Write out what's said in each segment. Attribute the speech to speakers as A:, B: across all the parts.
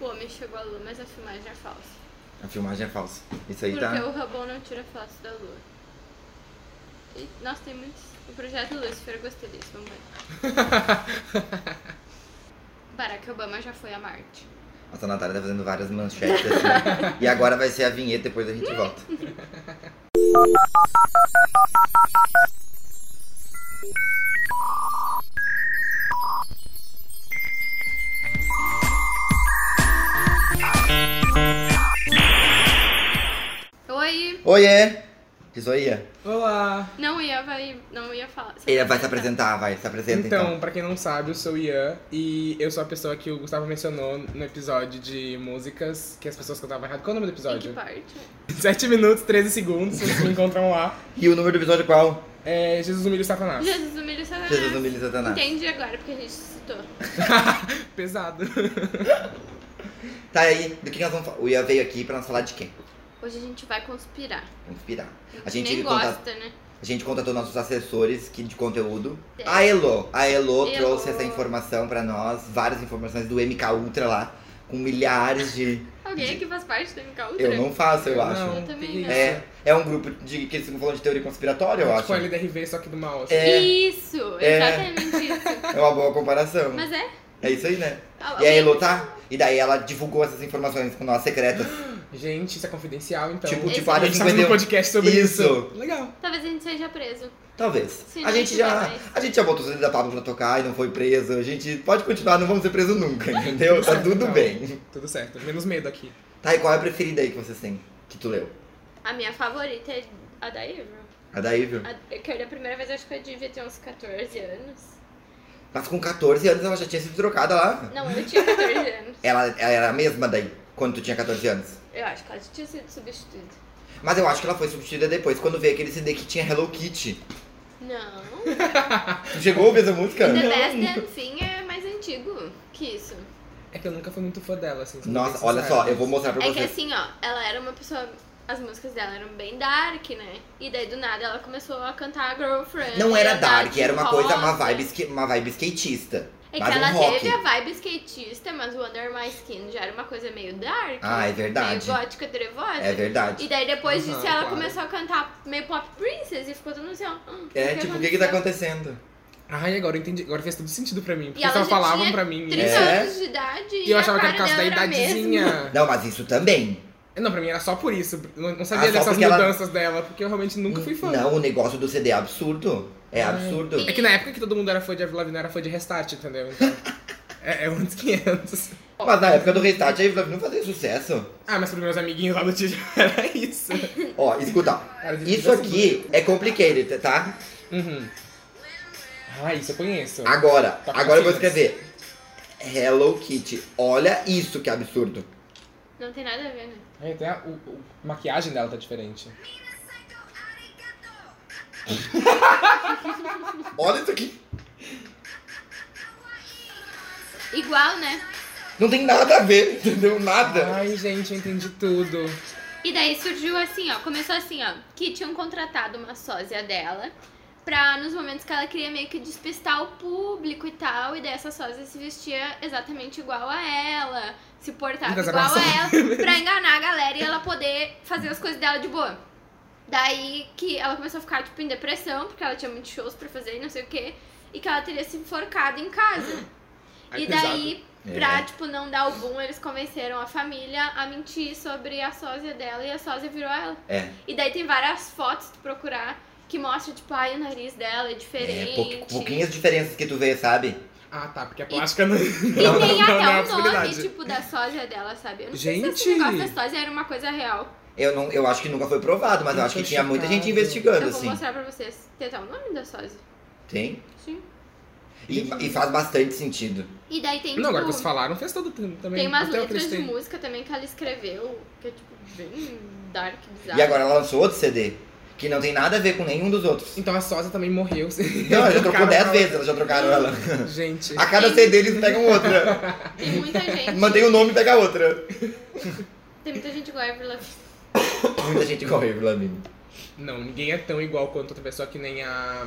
A: o homem chegou à lua, mas a filmagem é falsa.
B: A filmagem é falsa. Isso aí
A: porque
B: tá.
A: o robô não tira fotos da lua. E, nossa, tem muitos. O projeto Lucifer, eu gostei disso, vamos ver. Barack Obama já foi a Marte.
B: Nossa, a Natália tá fazendo várias manchetes assim. e agora vai ser a vinheta, depois a gente volta.
A: Oi!
B: Oiê! Diz oiê.
C: Olá!
A: Não ia, vai. Não ia falar.
B: Ele vai se apresentar, vai, se apresenta então.
C: Então, pra quem não sabe, eu sou o Ian e eu sou a pessoa que o Gustavo mencionou no episódio de músicas que as pessoas cantavam errado. Qual é o nome
A: Em
C: do
A: que
C: episódio?
A: parte?
C: 7 minutos, 13 segundos, vocês me encontram lá.
B: E o número do episódio é qual?
C: É Jesus humilha o Satanás.
A: Jesus humilha Satanás.
B: Jesus humilha Satanás.
A: Entendi agora porque a gente citou.
C: Pesado.
B: Tá aí, do que nós vamos falar? O Ian veio aqui pra nós falar de quem?
A: Hoje a gente vai conspirar.
B: Inspirar. A
A: A
B: gente,
A: nem
B: conta-
A: gosta, né?
B: a gente contatou nossos assessores que, de conteúdo.
A: É.
B: A Elo. A Elo
A: Elo.
B: trouxe essa informação pra nós, várias informações do MK Ultra lá, com milhares de.
A: Alguém aqui faz parte do MK Ultra?
B: Eu não faço, eu acho.
C: Não,
A: Eu também
C: que
A: não.
C: isso?
B: É, é um grupo de que eles ficam falando de teoria conspiratória, eu acho.
C: Tipo a LDRV, só que do mal. assim.
B: É.
A: Isso,
B: É.
A: exatamente isso.
B: É uma boa comparação.
A: Mas é.
B: É isso aí, né?
A: al-
B: E a
A: alguém-
B: Elo tá? E daí ela divulgou essas informações com nós secretas.
C: Gente, isso é confidencial, então.
B: tipo,
A: Esse-
B: tipo, a
C: a
B: área
C: gente tá fazendo um
B: 51.
C: podcast sobre
B: Isso.
C: isso. Legal.
A: Talvez a gente seja preso.
B: Talvez.
A: Se
B: a
A: não
B: gente
A: tiver
B: já.
A: mais.
B: A gente já botou o CD da Pablo pra tocar e não foi preso. A gente pode continuar, não vamos ser preso nunca, entendeu? Tá tudo
C: Não,
B: bem.
C: Tudo certo. Menos medo aqui.
B: Tá, e qual é a preferida aí que vocês têm? Que tu leu?
A: A minha favorita é a da Ivro.
B: A da Evil.
A: A, é que eu li a primeira vez, eu acho que eu devia ter uns 14 anos.
B: Mas com 14 anos ela já tinha sido trocada lá.
A: Não, eu tinha 14 anos.
B: Ela, ela era a mesma daí, quando tu tinha 14 anos.
A: Eu acho que ela tinha sido substituída.
B: Mas eu acho que ela foi substituída depois, quando veio aquele CD que tinha Hello Kitty.
A: Não.
B: Tu chegou a ouvir essa música?
A: The Best Damn Thing é mais antigo que isso.
C: É que eu nunca fui muito fã dela, assim. sendo
B: Nossa,
C: bem
B: olha
C: sincero.
B: só, eu vou mostrar pra
A: É que
B: vocês.
A: assim, ó, ela era uma pessoa. As músicas dela eram bem dark, né? E daí do nada ela começou a cantar Girlfriend.
B: Não era
A: a
B: dark, era uma coisa, uma
A: é rosa.
B: vibe, ska- uma vibe skatista.
A: É que
B: Mas um
A: ela
B: rock.
A: teve a vibe skatista, mas o Under My Skin já era uma coisa meio dark.
B: Ah, é verdade.
A: Meio gótica, trevosa.
B: É verdade.
A: E daí depois
C: Aham,
A: disso ela
C: claro.
A: começou a cantar meio pop princess e ficou todo mundo assim, ó. "Hum,
B: É, tipo, o que que tá acontecendo?
C: Ai, agora eu entendi. Agora fez todo sentido pra mim. Porque
A: E ela
C: só
A: já
C: falavam
A: tinha um
C: pra mim.
A: 30
C: isso.
B: É.
A: anos de idade e,
C: E eu
A: a
C: achava que era por
A: cara
C: causa da
A: dela era a mesma.
C: idadezinha.
B: Não, mas isso também.
C: Não, pra mim era só por isso. Eu Não
B: Ah,
C: sabia
B: só
C: dessas
B: porque ela-
C: mudanças dela, porque eu realmente nunca fui fã.
B: Não, o negócio do CD é absurdo. É absurdo.
C: É que na época que todo mundo era fã de Avril Lavigne, era fã de Restart, entendeu? Então, é, é um dos 500.
B: Mas na época do Restart, a Avril não fazia sucesso.
C: Ah, mas pros meus amiguinhos lá do Tijolo era isso.
B: Ó, escuta.
C: Cara, de-
B: Isso aqui é complicated, tá?
C: Uhum. Ah, isso eu conheço.
B: Agora,
C: Tá
B: agora eu vou
C: fácil.
B: escrever. Hello Kitty. Olha isso que absurdo.
A: Não tem nada a ver, né?
C: Ai, até a então, é, o- o- a maquiagem dela tá diferente.
B: Olha isso aqui.
A: Igual, né?
B: Não tem nada a ver, entendeu? Nada.
C: Ai, gente, eu entendi tudo.
A: E daí surgiu assim, ó, começou assim, ó, que tinham contratado uma sósia dela pra nos momentos que ela queria meio que despistar o público e tal, e daí essa sósia se vestia exatamente igual a ela, se portava
C: Nunca se
A: igual a
C: abraçava.
A: ela, pra enganar a galera e ela poder fazer as coisas dela de boa. Daí que ela começou a ficar, tipo, em depressão, porque ela tinha muitos shows pra fazer e não sei o quê, e que ela teria se enforcado em casa.
C: Ai,
A: E
C: É pesado.
A: daí, pra,
C: É.
A: tipo, não dar o boom, eles convenceram a família a mentir sobre a sósia dela e a sósia virou ela.
B: É.
A: E daí tem várias fotos de procurar que mostra, tipo, ai, o nariz dela é
B: É,
A: diferente.
B: pou- pouquinhas diferenças que tu vê, sabe?
C: Ah, tá, porque a plástica não.
A: E
C: não,
A: tem
C: não, não é
A: até
C: a
A: o nome,
C: possibilidade.
A: tipo, da sósia dela, sabe? Eu não sei se esse
C: Gente!
A: negócio da sósia era uma coisa real.
B: Eu, não, eu acho que nunca foi provado, mas eu
C: Eu
B: acho que
C: tô
B: tinha muita gente
C: chocado.
B: investigando,
A: Eu vou
B: assim.
A: mostrar pra vocês. Tem até o nome da sósia.
B: Tem?
A: Sim.
B: E, e faz bastante sentido.
A: E daí tem,
C: Não, agora que
A: tipo,
C: vocês falaram, fez todo tempo também.
A: tem umas
C: Até eu
A: letras de
C: acreditei.
A: música também que ela escreveu, que é, tipo, bem dark, bizarro.
B: E agora ela lançou outro CD, que não tem nada a ver com nenhum dos outros.
C: Então a Sosa também morreu.
B: Não, ela já trocou
C: Trocaram
B: 10
C: pra
B: vezes, elas já trocaram ela.
C: outra. Gente.
B: A cada CD eles pegam outra.
A: Tem muita gente.
B: Mantém o
C: um
B: nome e pega outra.
A: Tem muita gente igual a Avril Lavigne.
B: Muita gente corre, Vladimir.
C: Não, ninguém é tão igual quanto outra pessoa que nem a.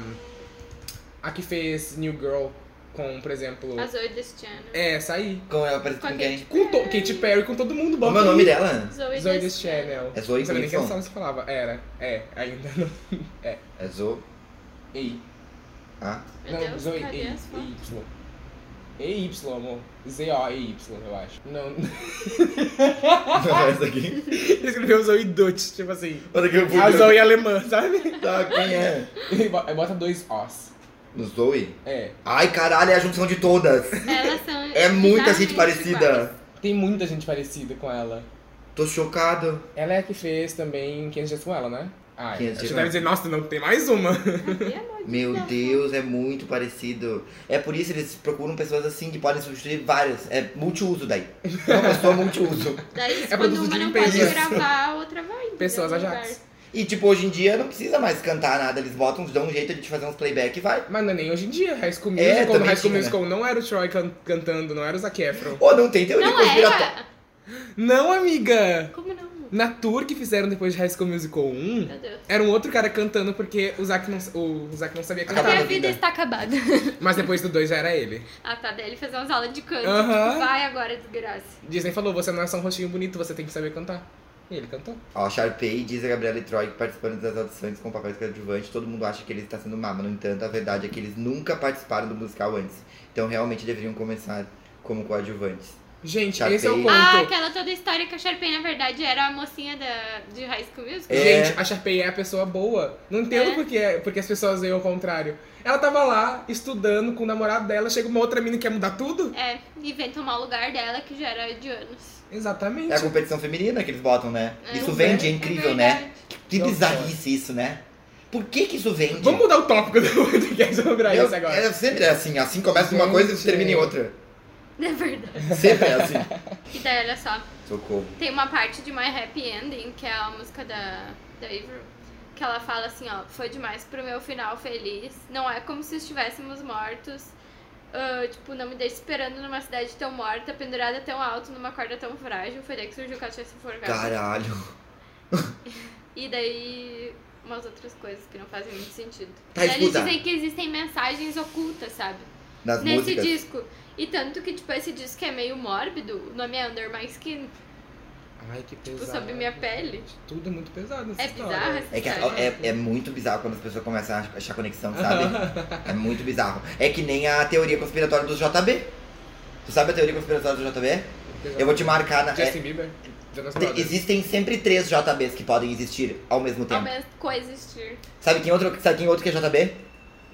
C: A que fez New Girl. com, por exemplo.
A: A Zoe Destiano.
C: É, sair.
B: Como ela parece com
A: Com a
B: ninguém?
C: Com to- Katy Perry, com todo mundo,
B: Como
C: bota
B: é o
C: aí.
B: nome dela?
A: Zoe,
C: Zoe This
A: Destiano.
C: Channel.
B: É Zoe
C: Não sabia nem quem
B: Wilson?
C: essa se falava. Era, é, ainda não.
B: É Zo.
C: Ei.
B: Ah.
A: Meu
C: não,
A: Deus,
C: Zoe,
A: cadê
C: ei,
A: as fotos?
C: ei, Y. EY, amor. Z-O-E-Y, eu acho. Não.
B: Essa aqui.
C: Ele escreveu Zoe Dutch, tipo assim.
B: Olha que eu fui.
C: A Zoe alemã, sabe?
B: Tá, quem é?
C: E bo- Bota dois Os.
B: No Zoe?
C: É.
B: Ai, caralho, é a junção de todas.
A: Elas são.
B: É muita gente
A: bizarramente
B: parecida.
A: iguais.
C: Tem muita gente parecida com ela.
B: Tô chocado.
C: Ela é a que fez também 500 dias com ela, né? Ai,
B: 500 dias
C: você
B: com
C: deve
B: ela.
C: dizer, nossa, não, tem mais uma.
A: Cadê a maldita?
B: Meu Deus, é muito parecido. É por isso eles procuram pessoas assim que podem substituir várias. É multiuso daí. É Uma pessoa multiuso.
A: Daí,
C: É
A: quando
C: produto
A: uma
C: de
A: não pode
C: limpeza.
A: gravar, a outra vai. entendeu?
C: Pessoas
A: No
C: Ajax.
A: lugar.
B: E tipo, hoje em dia não precisa mais cantar nada. Eles botam, dão um jeito de fazer uns playback e vai.
C: Mas não é nem hoje em dia. High School
B: É,
C: Musical,
B: também
C: High School
B: tinha,
C: Musical não era o Troy can- cantando, não era o Zac Efron.
B: Ou não tem teoria
A: Não é,
B: conspiratória.
A: era?
C: Não, amiga!
A: Como não?
C: Na tour que fizeram depois de High School Musical 1,
A: Meu Deus.
C: era um outro cara cantando porque o Zac não, o Zac não sabia
B: Acabou.
C: cantar.
B: Acabada
A: Minha vida
B: a vida.
A: está acabada.
C: Mas depois do 2 já era ele.
A: Ah, tá. Daí ele fez umas aulas de canto.
C: Aham.
A: Tipo, vai agora, desgraça.
C: Disney falou, você não é só um rostinho bonito, você tem que saber cantar. E ele cantou.
B: Ó, Sharpay diz a Gabriela e Troy que participando das audições com papéis coadjuvantes, todo mundo acha que eles estão sendo mama. No entanto, a verdade é que eles nunca participaram do musical antes. Então, realmente deveriam começar como coadjuvantes.
C: Gente,
B: Chapei.
C: esse é o ponto.
A: Ah, aquela toda história que a Sharpay, na verdade, era a mocinha da, de High School Musical.
B: É.
C: Gente, a Sharpay é a pessoa boa. Não entendo
A: É.
C: porque, porque as pessoas veem ao contrário. Ela tava lá, estudando com o namorado dela, chega uma outra mina e quer mudar tudo?
A: É, e vem tomar o lugar dela, que já era de anos.
C: Exatamente.
B: É a competição feminina que eles botam, né?
A: É,
B: Isso
A: não
B: vende, é
C: sei.
B: incrível,
A: É
B: né?
A: verdade.
B: Que
C: Que
B: bizarrice isso, né? Por que que isso vende?
C: Vamos mudar o tópico do podcast, vamos pra
B: Eu-
C: isso agora.
B: é sempre assim, assim começa uma
C: Gente.
B: coisa e termina em outra.
A: É verdade.
B: Sempre é assim.
A: E daí, olha só.
B: Socorro.
A: Tem uma parte de My Happy Ending, que é a música da, da Avril, que ela fala assim, ó, foi demais pro meu final feliz. Não é como se estivéssemos mortos. Ah, tipo, não me deixe esperando numa cidade tão morta, pendurada tão alto, numa corda tão frágil. Foi daí que surgiu o Cachaça Forgada.
B: Caralho.
A: E daí umas outras coisas que não fazem muito sentido.
B: Tá,
A: Daí eles
B: escuta.
A: dizem que existem mensagens ocultas, sabe?
B: Nas
A: Nesse
B: músicas.
A: disco. E tanto que, tipo, esse disco é meio mórbido, o nome é Under My Skin.
C: Ai, que pesado.
A: Tipo, sobre minha pele.
C: Tudo é muito pesado nessa
A: É
C: história.
A: bizarro essa
B: É, que
A: história.
B: é, é muito bizarro quando as pessoas começam a achar conexão, sabe? É muito bizarro. É que nem a teoria conspiratória do JB. Tu sabe a teoria conspiratória do JB? Eu vou te marcar na. é,
C: Justin Bieber? Jonas
B: te-
C: Brothers.
B: existem sempre três JBs que podem existir ao mesmo
A: Ao
B: tempo.
A: menos coexistir.
B: Sabe quem outro, sabe quem outro que é JB?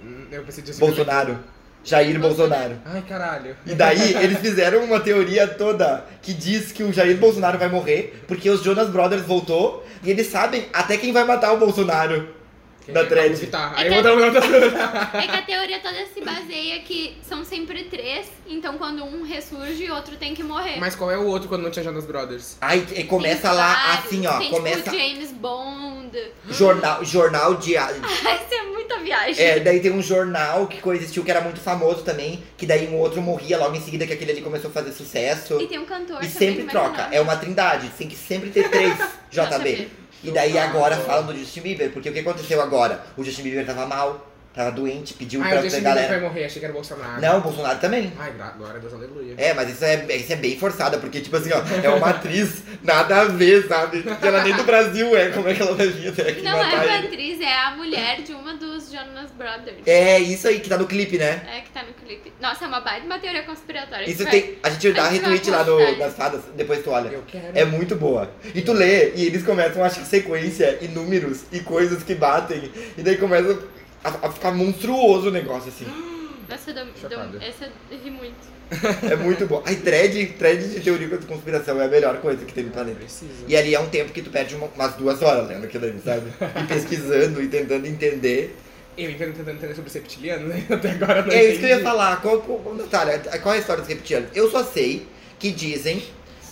C: Hum, Eu pensei em Justin Bieber.
B: Bolsonaro. Jair
A: Bolsonaro.
B: Bolsonaro.
C: Ai, caralho.
B: E daí eles fizeram uma teoria toda que diz que o Jair Bolsonaro vai morrer porque os Jonas Brothers voltou e eles sabem até quem vai matar o Bolsonaro.
C: Quem
B: Da
C: é?
B: thread.
C: Pablo Vittar.
A: É
C: Aí
A: que-
C: eu vou dar um
A: É que a teoria toda se baseia que são sempre três, então quando um ressurge, outro tem que morrer.
C: Mas qual é o outro quando não tinha Jonas Brothers?
B: Aí e
A: Tem
B: começa lá
A: vários,
B: assim, ó,
A: tem,
B: começa
A: Tipo, James Bond.
B: jornal, jornal de
A: Isso é muita viagem.
B: é, daí tem um jornal que coexistiu que era muito famoso também, que daí um outro morria logo em seguida que aquele ali começou a fazer sucesso.
A: E tem um cantor
B: E
A: também.
B: sempre
A: como é que
B: troca,
A: o
B: é uma trindade, tem que sempre ter três JB. E daí agora fala do Justin Bieber, porque o que aconteceu agora? O Justin Bieber tava mal, tava doente, pediu
C: Ai,
B: pra
C: o Justin Bieber
B: galera.
C: vai morrer, achei que era o Bolsonaro.
B: Não, o Bolsonaro também.
C: Ai, gra- glória a Deus, aleluia.
B: É, mas isso é, isso é bem forçada, porque, tipo assim, ó, é uma atriz, nada a ver, sabe? Porque ela nem do Brasil é, como é que ela vai vir até aqui
A: Não
B: matar
A: é
B: ele?
A: uma atriz, é a mulher de uma dos Jonas Brothers.
B: É isso aí que tá no clipe, né?
A: É, que tá no clipe. Nossa, é uma baita uma teoria conspiratória. Tipo,
B: Isso
A: Vai-
B: tem. A gente dá
A: a gente vai
B: retweet lá no,
A: postar
B: das fadas, depois tu olha.
C: Eu quero.
B: É muito boa. E tu lê, e eles começam a achar sequência e números e coisas que batem. E daí começa a, a ficar monstruoso o negócio, assim.
A: é, Nossa, eu dou-
C: Chocado.
A: dou- essa eu ri muito.
B: É muito bom. Ai, thread, thread de teoria de conspiração é a melhor coisa que tem no planeta.
C: Preciso.
B: E ali é um tempo que tu perde uma- umas duas horas lendo aquilo ali, sabe? E pesquisando e tentando entender.
C: Eu entendo tentando entender sobre reptiliano, né? Até agora eu não
B: É isso que
C: entendi.
B: eu ia falar. Qual, qual, qual- Natália, qual é a história dos reptilianos? Eu só sei que dizem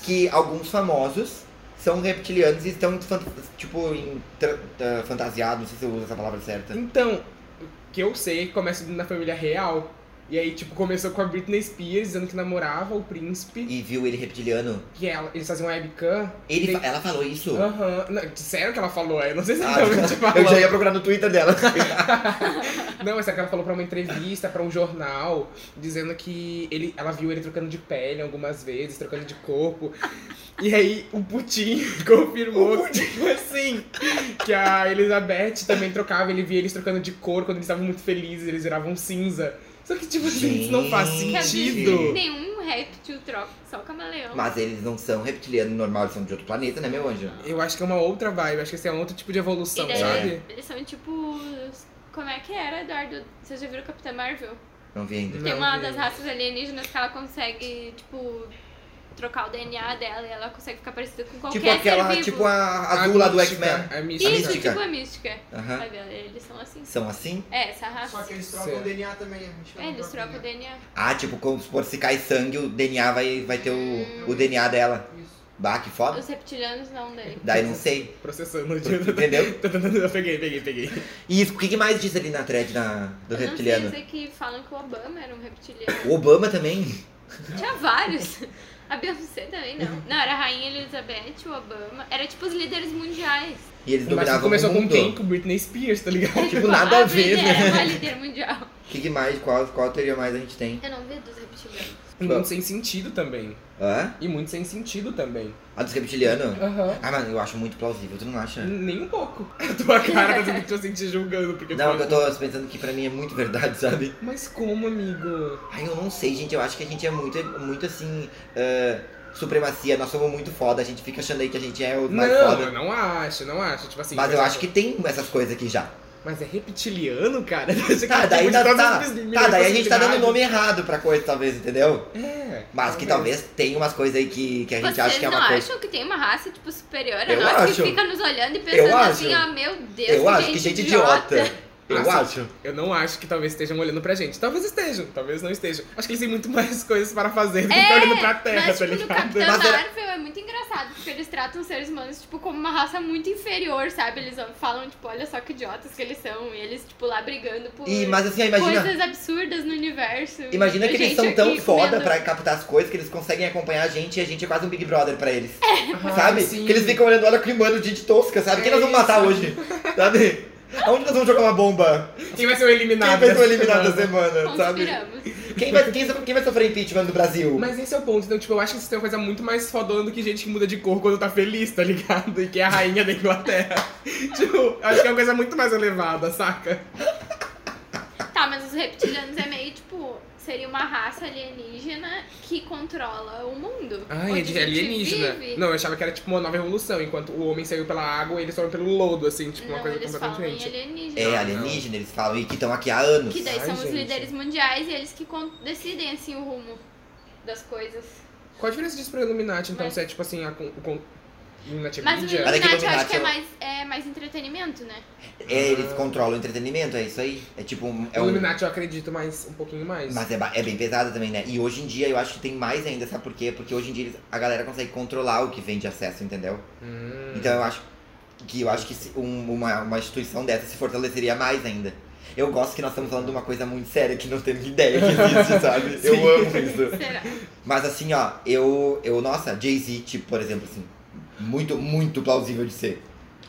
B: que alguns famosos são reptilianos e estão, fan- tipo, em, tra- ah, fantasiados, não sei se eu uso essa palavra certa.
C: Então, o que eu sei é que começa na família real. E aí, tipo, começou com a Britney Spears dizendo que namorava o príncipe.
B: E viu ele reptiliano.
C: E ela, eles faziam webcam.
B: Ele,
C: Tem-
B: fa- Ela falou isso?
C: Aham. Não, Disseram que ela falou, eu não sei se
B: Ah,
C: ela realmente falou.
B: eu já ia procurar no Twitter dela.
C: Não, essa cara falou pra uma entrevista, pra um jornal, dizendo que ele, ela viu ele trocando de pele algumas vezes, trocando de corpo. E aí o Putin confirmou, tipo assim, que a Elizabeth também trocava, ele via eles trocando de cor quando eles estavam muito felizes, eles viravam cinza. Só que, tipo assim, isso não faz
B: Gente.
C: sentido.
A: Nenhum réptil troca, só o camaleão.
B: Mas eles não são reptilianos normal, eles são de outro planeta, né, meu anjo?
C: Eu acho que é uma outra vibe, acho que esse é um outro tipo
A: E
C: de evolução,
A: daí,
C: sabe?
A: eles são tipo. os- Como é que era, Eduardo? Você já viu o Capitã Marvel?
B: Não vi ainda.
A: Tem
C: Não,
A: uma
C: vi.
A: das raças alienígenas que ela consegue, tipo, trocar o DNA dela e ela consegue ficar parecida com qualquer
B: tipo aquela,
A: ser vivo.
B: tipo a azul lá do
C: mística,
B: X-Men.
C: A
A: Isso,
C: mística.
B: a mística.
A: tipo a mística.
B: Aham.
A: Sabe, eles são assim.
B: São assim?
A: É, essa
D: Só
A: raça.
D: que eles trocam
C: Certo.
D: o DNA também. a gente
A: É,
D: não
A: eles trocam o
D: o
A: DNA.
B: Ah, tipo, como se for se cai sangue, o DNA vai, vai ter o, o DNA dela.
D: DNA. Isso.
B: Bah, que foda.
A: Os reptilianos não daí.
B: Daí não sei.
C: Processando.
B: Entendeu?
C: Eu peguei, peguei, peguei.
B: E isso, o que, que mais diz ali na thread da,
A: Eu
B: do
A: não sei,
B: reptiliano?
A: eu sei que falam que o Obama era um reptiliano.
B: O Obama também?
A: Tinha vários. A Beyoncé também não. Não, era a Rainha Elizabeth, o Obama. Era tipo os líderes mundiais.
B: E eles
C: Mas
B: dominavam
C: começou
B: o
C: com
B: mundo.
C: quem? Com Britney Spears, tá ligado?
B: Tipo, nada a ver,
A: Britney Era uma
B: né?
A: líder mundial.
B: O que, que mais? Qual, qual teoria mais a gente tem?
A: Eu Então, não vi dos reptilianos.
C: E muito sem sentido também.
B: Hã?
C: E muito sem sentido também.
B: A dos reptilianos?
C: Aham.
B: Ah, mano, eu acho muito plausível, tu não acha?
C: Nem um pouco. A tua cara tá sendo que eu senti julgando, porque
B: Não,
C: foi-
B: eu tô pensando que pra mim é muito verdade, sabe?
C: Mas como, amigo?
B: Ai, eu não sei, gente. Eu acho que a gente é muito, muito assim. ah, supremacia, nós somos muito foda, a gente fica achando aí que a gente é o mais
C: não, eu
B: foda.
C: não acho, não acho. Tipo assim.
B: Mas
C: por
B: eu
C: exemplo,
B: acho que tem essas coisas aqui já.
C: Mas é reptiliano, cara?
B: Tá, daí, tá,
C: dá
B: tá, tá, daí a gente tá dando nome errado pra coisa, talvez, entendeu?
C: É.
B: Mas que talvez tenha umas coisas aí que, que a gente acha
A: Vocês
B: que é
A: não
B: uma coisa.
A: acham que tem uma raça, tipo, superior a
B: Eu
A: nós
B: acho.
A: que fica nos olhando e pensando
B: Eu
A: assim,
B: acho.
A: ó, meu Deus,
B: Eu acho que gente idiota. Eu
C: Ah,
B: acho.
C: Eu não acho que talvez estejam olhando pra gente. Talvez estejam, talvez não estejam. Acho que eles têm muito mais coisas para fazer do que ficar olhando pra terra,
A: É, Mas,
C: tá
A: tipo, no
C: ligado?
A: Capitã
B: Mas era-
A: Marvel é muito engraçado, porque eles tratam os seres humanos, tipo, como uma raça muito inferior, sabe? Eles falam, tipo, olha só que idiotas que eles são, e eles, tipo, lá brigando por
B: E, mas assim, ó, imagina.
A: coisas absurdas no universo.
B: Imagina que
A: A
B: eles
A: gente
B: são tão
A: aqui
B: foda
A: comendo-
B: pra captar as coisas que eles conseguem acompanhar a gente e a gente é quase um Big Brother pra eles.
A: É.
C: Ah,
B: sabe?
C: sim.
B: Que eles ficam olhando, olha que mano de tosca, sabe? Quem nós vamos matar hoje? Sabe? Aonde nós vamos jogar uma bomba?
C: Quem vai ser o
B: Quem
C: eliminado?
B: vai ser
C: dessa
B: o eliminado da
C: semana?
B: semana, sabe?
A: Conspiramos.
B: Quem vai, quem, quem vai sofrer impeachment no Brasil?
C: Mas esse é o ponto, então, tipo, eu acho que isso tem uma coisa muito mais fodona do que gente que muda de cor quando tá feliz, tá ligado? E que é a rainha da Inglaterra. tipo, eu acho que é uma coisa muito mais elevada, saca?
A: Tá, mas os reptilianos é meio, tipo, seria uma raça alienígena que controla o mundo. onde
C: Ai, é de
A: a gente
C: alienígena.
A: vive.
C: Não, eu achava que era tipo uma nova evolução, enquanto o homem saiu pela água e eles foram pelo lodo, assim, tipo, uma
A: Não,
C: coisa
A: eles falam em
C: completamente.
A: alienígena.
B: É, alienígena, eles falam, e que estão aqui há anos.
A: Que daí
C: Ai,
A: são os
C: gente.
A: líderes mundiais e eles que con- decidem assim o rumo das coisas.
C: Qual a diferença disso pra Illuminati, então,
A: Mas-
C: se é tipo assim, a, con- o con- Illuminati é
A: Mas o
C: mídia?
B: Olha que
A: Illuminati eu acho que é
B: Illuminati, ó.
A: mais, é mais entretenimento, né?
B: É, eles controlam o entretenimento, é isso aí. É tipo um. É
C: O
B: um
C: Illuminati eu acredito mais, um pouquinho mais.
B: mas é, ba- é bem pesado também, né? E hoje em dia eu acho que tem mais ainda, sabe por quê? Porque hoje em dia eles- a galera consegue controlar o que vem de acesso, entendeu?
C: Hum.
B: Então eu acho que eu acho que se- um- uma, uma instituição dessa se fortaleceria mais ainda. Eu gosto que nós estamos falando de uma coisa muito séria que não temos ideia que existe, sabe?
C: Sim.
B: Eu amo isso.
A: Será?
B: Mas assim, ó, eu. eu nossa, Jay-Z, tipo, por exemplo, assim. Muito, muito plausível de ser.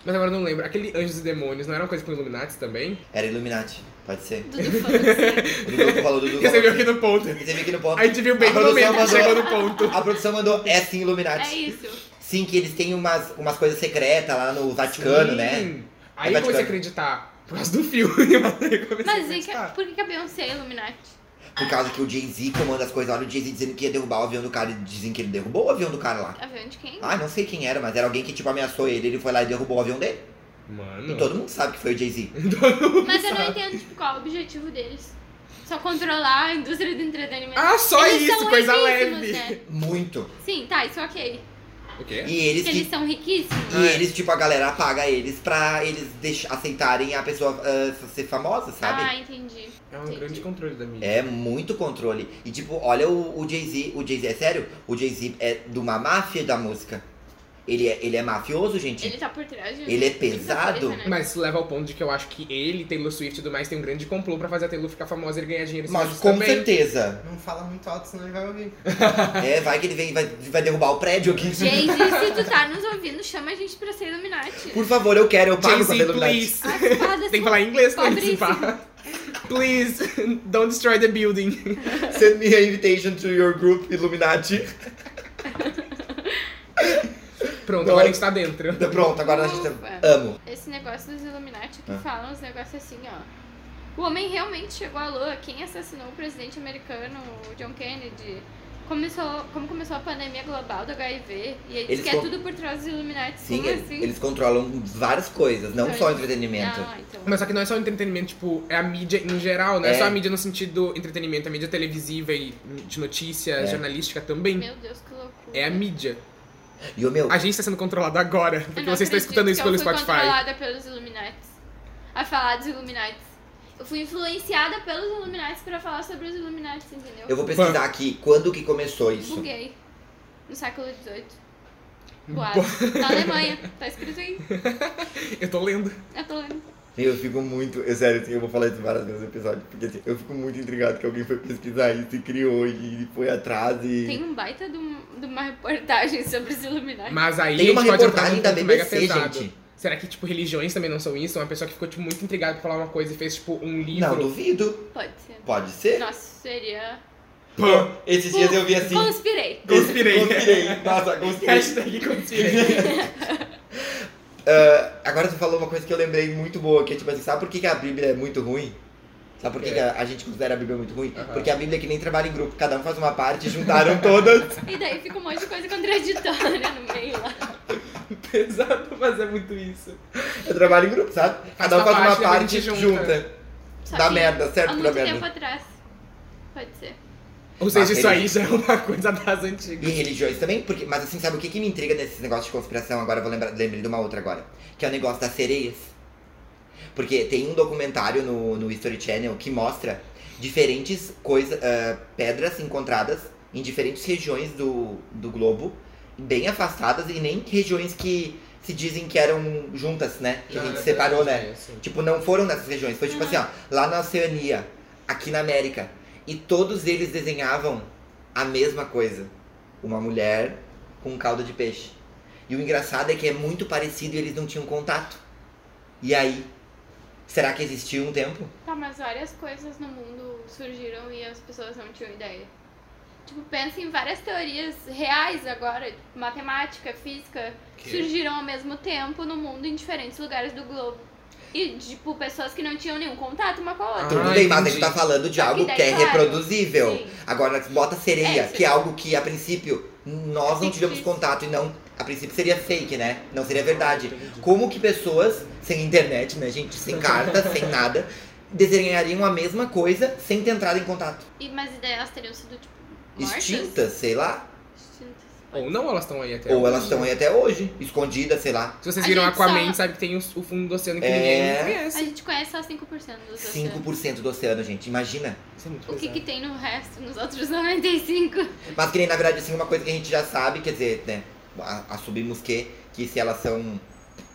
C: Mas agora eu não lembro. Aquele Anjos e Demônios não era uma coisa com Illuminati também?
B: Era Illuminati, pode ser.
A: Dudu Fancy.
B: O Dudu falou, o Dudu
C: Você viu
B: falou.
C: aqui no ponto.
B: E Você viu aqui no ponto.
C: A gente viu bem
B: A
C: no
B: produção
C: momento que
B: mandou-
C: chegou no ponto.
B: A produção mandou, é sim,
A: É
B: Illuminati.
A: isso.
B: Sim, que eles têm umas, umas coisas secretas lá no Vaticano,
C: Sim.
B: né?
C: Aí
B: É
C: eu comecei
B: Vaticano.
C: a acreditar. Por causa do filme. Aí eu comecei
A: Mas
C: a
A: e que-
C: acreditar.
A: por que que a Beyoncé é Illuminati?
B: Por causa que o Jay-Z comanda as coisas. Olha o Jay-Z dizendo que ia derrubar o avião do cara. E dizem que ele derrubou o avião do cara lá.
A: Avião de quem?
B: Ah, não sei quem era, mas era alguém que tipo ameaçou ele. Ele foi lá e derrubou o avião dele.
C: Mano.
B: E todo mundo sabe que foi o Jay-Z.
A: Mas eu não entendo tipo, qual é o objetivo deles. Só controlar a indústria do entretenimento.
C: Ah, só
A: Eles
C: isso,
A: são
C: coisa
A: riquíssimos,
C: leve.
A: Né?
B: Muito.
A: Sim, tá, isso ok.
C: O quê?
B: E eles
A: Porque eles
B: que.
A: são riquíssimos.
B: E eles, tipo, a galera paga eles pra eles deix- aceitarem a pessoa ah, ser famosa, sabe?
A: Ah, entendi.
C: É um
A: Entendi.
C: grande controle da mídia.
B: É muito controle. E tipo, olha o, o Jay-Z. O Jay-Z, é sério? O Jay-Z é de uma máfia da música. Ele é, ele é mafioso, gente.
A: Ele tá por trás de
B: Ele é
A: muita
B: pesado?
A: coisa, né?
C: Mas isso leva ao ponto de que eu acho que ele, Taylor Swift e tudo mais, tem um grande complô pra fazer a Taylor ficar famosa e ele ganhar dinheiro em cima
B: Mas
C: disso
B: com
C: também.
B: certeza.
D: Não fala muito alto, senão ele vai ouvir.
B: É, vai que ele vem vai, vai derrubar o prédio aqui.
A: Jay-Z, se tu tá nos ouvindo, chama a gente pra ser Illuminati. Ah,
B: Por favor, eu quero, eu pago
C: Jay-Z,
B: pra ver Illuminati.
C: please.
A: As piadas
C: Tem que
A: são
C: falar em inglês com ele, se
A: pobríssimas.
C: pá. Please, don't destroy the building.
B: Send me a invitation to your group Illuminati.
C: Pronto,
B: Não.
C: agora a gente tá dentro.
B: Tá Pronto, agora a gente
A: Ufa.
B: tá... Amo.
A: é, Esse negócio dos Illuminati que
B: Ah.
A: falam os negócios assim, ó. O homem realmente chegou à lua. Quem assassinou o presidente americano, o John Kennedy? Começou, como começou a pandemia global do HIV? E ele
B: Eles
A: diz que é
B: co-
A: tudo por trás dos Illuminati.
B: Sim,
A: como
B: eles,
A: assim?
B: eles controlam várias coisas, não
A: Então,
B: só
A: eles-
B: entretenimento.
A: Ah, então.
C: Mas só que não é só entretenimento, tipo, é a mídia em geral, não é,
B: É.
C: só a mídia no sentido entretenimento, é a mídia televisiva e de notícia,
B: É.
C: jornalística também.
A: Meu Deus, que loucura.
C: assim, É a mídia.
B: E o meu,
C: A gente tá sendo controlado agora,
A: Eu
C: porque
A: não
C: você está
A: acredito
C: escutando isso
A: que eu
C: pelo
A: fui
C: Spotify.
A: controlada pelos Illuminati. A falar dos Illuminati. Eu fui influenciada pelos Illuminati pra falar sobre os Illuminati, entendeu?
B: eu vou pesquisar aqui quando que começou isso.
A: Buguei. No século XVIII. Boato. Na Alemanha. Tá escrito aí.
C: Eu tô lendo.
A: Eu tô lendo.
B: Eu fico muito, eu, sério, assim, eu vou falar isso várias vezes no episódio, porque assim, eu fico muito intrigado que alguém foi pesquisar isso e criou e foi atrás e...
A: Tem um baita de, um- de uma reportagem sobre os Illuminati.
C: Mas aí
B: Tem
C: a gente
B: uma
C: pode entrar
B: reportagem
C: num
B: da
C: ponto mega
B: BBC,
C: pesado.
B: gente.
C: Será que, tipo, religiões também não são isso? Uma pessoa que ficou, tipo, muito intrigada pra falar uma coisa e fez, tipo, um
B: Não,
C: livro.
B: duvido.
A: Pode ser.
B: Pode ser?
A: Nossa, seria.
C: Pã!
B: Esses dias eu vi assim...
A: Conspirei.
C: Conspirei.
B: Conspirei. Nossa, conspirei.
C: Hashtag conspirei.
B: Ah, agora tu falou uma coisa que eu lembrei muito boa, que é tipo assim, sabe por que, que a Bíblia é muito ruim? Sabe por que,
C: É.
B: que a, a gente considera a Bíblia muito ruim?
C: Aham.
B: Porque a Bíblia é que nem trabalha em grupo, cada um faz uma parte, juntaram todas.
A: E daí fica um monte de coisa contraditória no meio lá.
C: Pesado, mas é muito isso.
B: Eu trabalho em grupo, sabe? Cada um
C: Faz
B: faz
C: uma
B: uma
C: parte,
B: parte,
C: a gente
B: junta.
A: Só
B: Dá
A: que
B: merda,
A: Há
B: certo? Dá
A: muito tempo
B: merda.
A: atrás. Pode ser.
C: Ou seja,
B: Mas
C: isso aí
B: eles-
C: já é uma coisa das
B: E
C: antigas.
B: religiões também, porque, mas assim, sabe o que, que me intriga nesses negócios de conspiração? Agora eu vou lembrar, lembrei de uma outra agora. Que é o negócio das sereias. Porque tem um documentário no, no History Channel que mostra diferentes coisas, pedras encontradas em diferentes regiões do, do globo, bem afastadas e nem regiões que se dizem que eram juntas, né? Que a
C: Tá,
B: gente separou, né? Tipo, não foram nessas regiões. Foi tipo
A: Uhum.
B: assim, ó, lá na Oceania, aqui na América. E todos eles desenhavam a mesma coisa. Uma mulher com cauda de peixe. E o engraçado é que é muito parecido e eles não tinham contato. E aí? Será que existiu um tempo?
A: Tá, mas várias coisas no mundo surgiram e as pessoas não tinham ideia. Tipo, pensa em várias teorias reais agora, tipo, matemática, física,
C: Que?
A: surgiram ao mesmo tempo no mundo em diferentes lugares do globo. E, tipo, pessoas que não tinham nenhum contato uma com a outra.
B: Tudo
C: Ah,
B: bem, mas a gente tá
C: entendi.
B: falando de
A: Só que
B: algo
A: daí,
B: que é
A: claro,
B: reproduzível.
A: sim.
B: Agora, bota sereia,
A: É,
B: que é algo que a princípio nós não tivemos
A: Fictício.
B: contato e não. A princípio seria fake, né? Não seria verdade. Como que pessoas sem internet, né, gente? Sem carta, sem nada, desenhariam a mesma coisa sem ter entrado em contato?
A: E, mas e daí elas teriam sido, tipo, mortas?
B: Extintas, sei lá.
A: Extintas.
C: Ou não, elas estão aí até
B: Ou
C: hoje.
B: elas estão aí até hoje, escondidas, sei lá.
C: Se vocês
A: A
C: viram
A: gente
C: Aquaman,
A: só-
C: sabe que tem o, o fundo do oceano que
B: É.
C: ninguém
A: A
C: conhece.
A: gente conhece só 5% dos oceanos.
B: 5% do oceano, gente, imagina.
C: Isso é muito
A: O que
C: pesado.
A: que tem no resto, nos outros 95?
B: Mas que nem, na verdade, assim, uma coisa que a gente já sabe, quer dizer, né? a- Assumimos que, que se elas são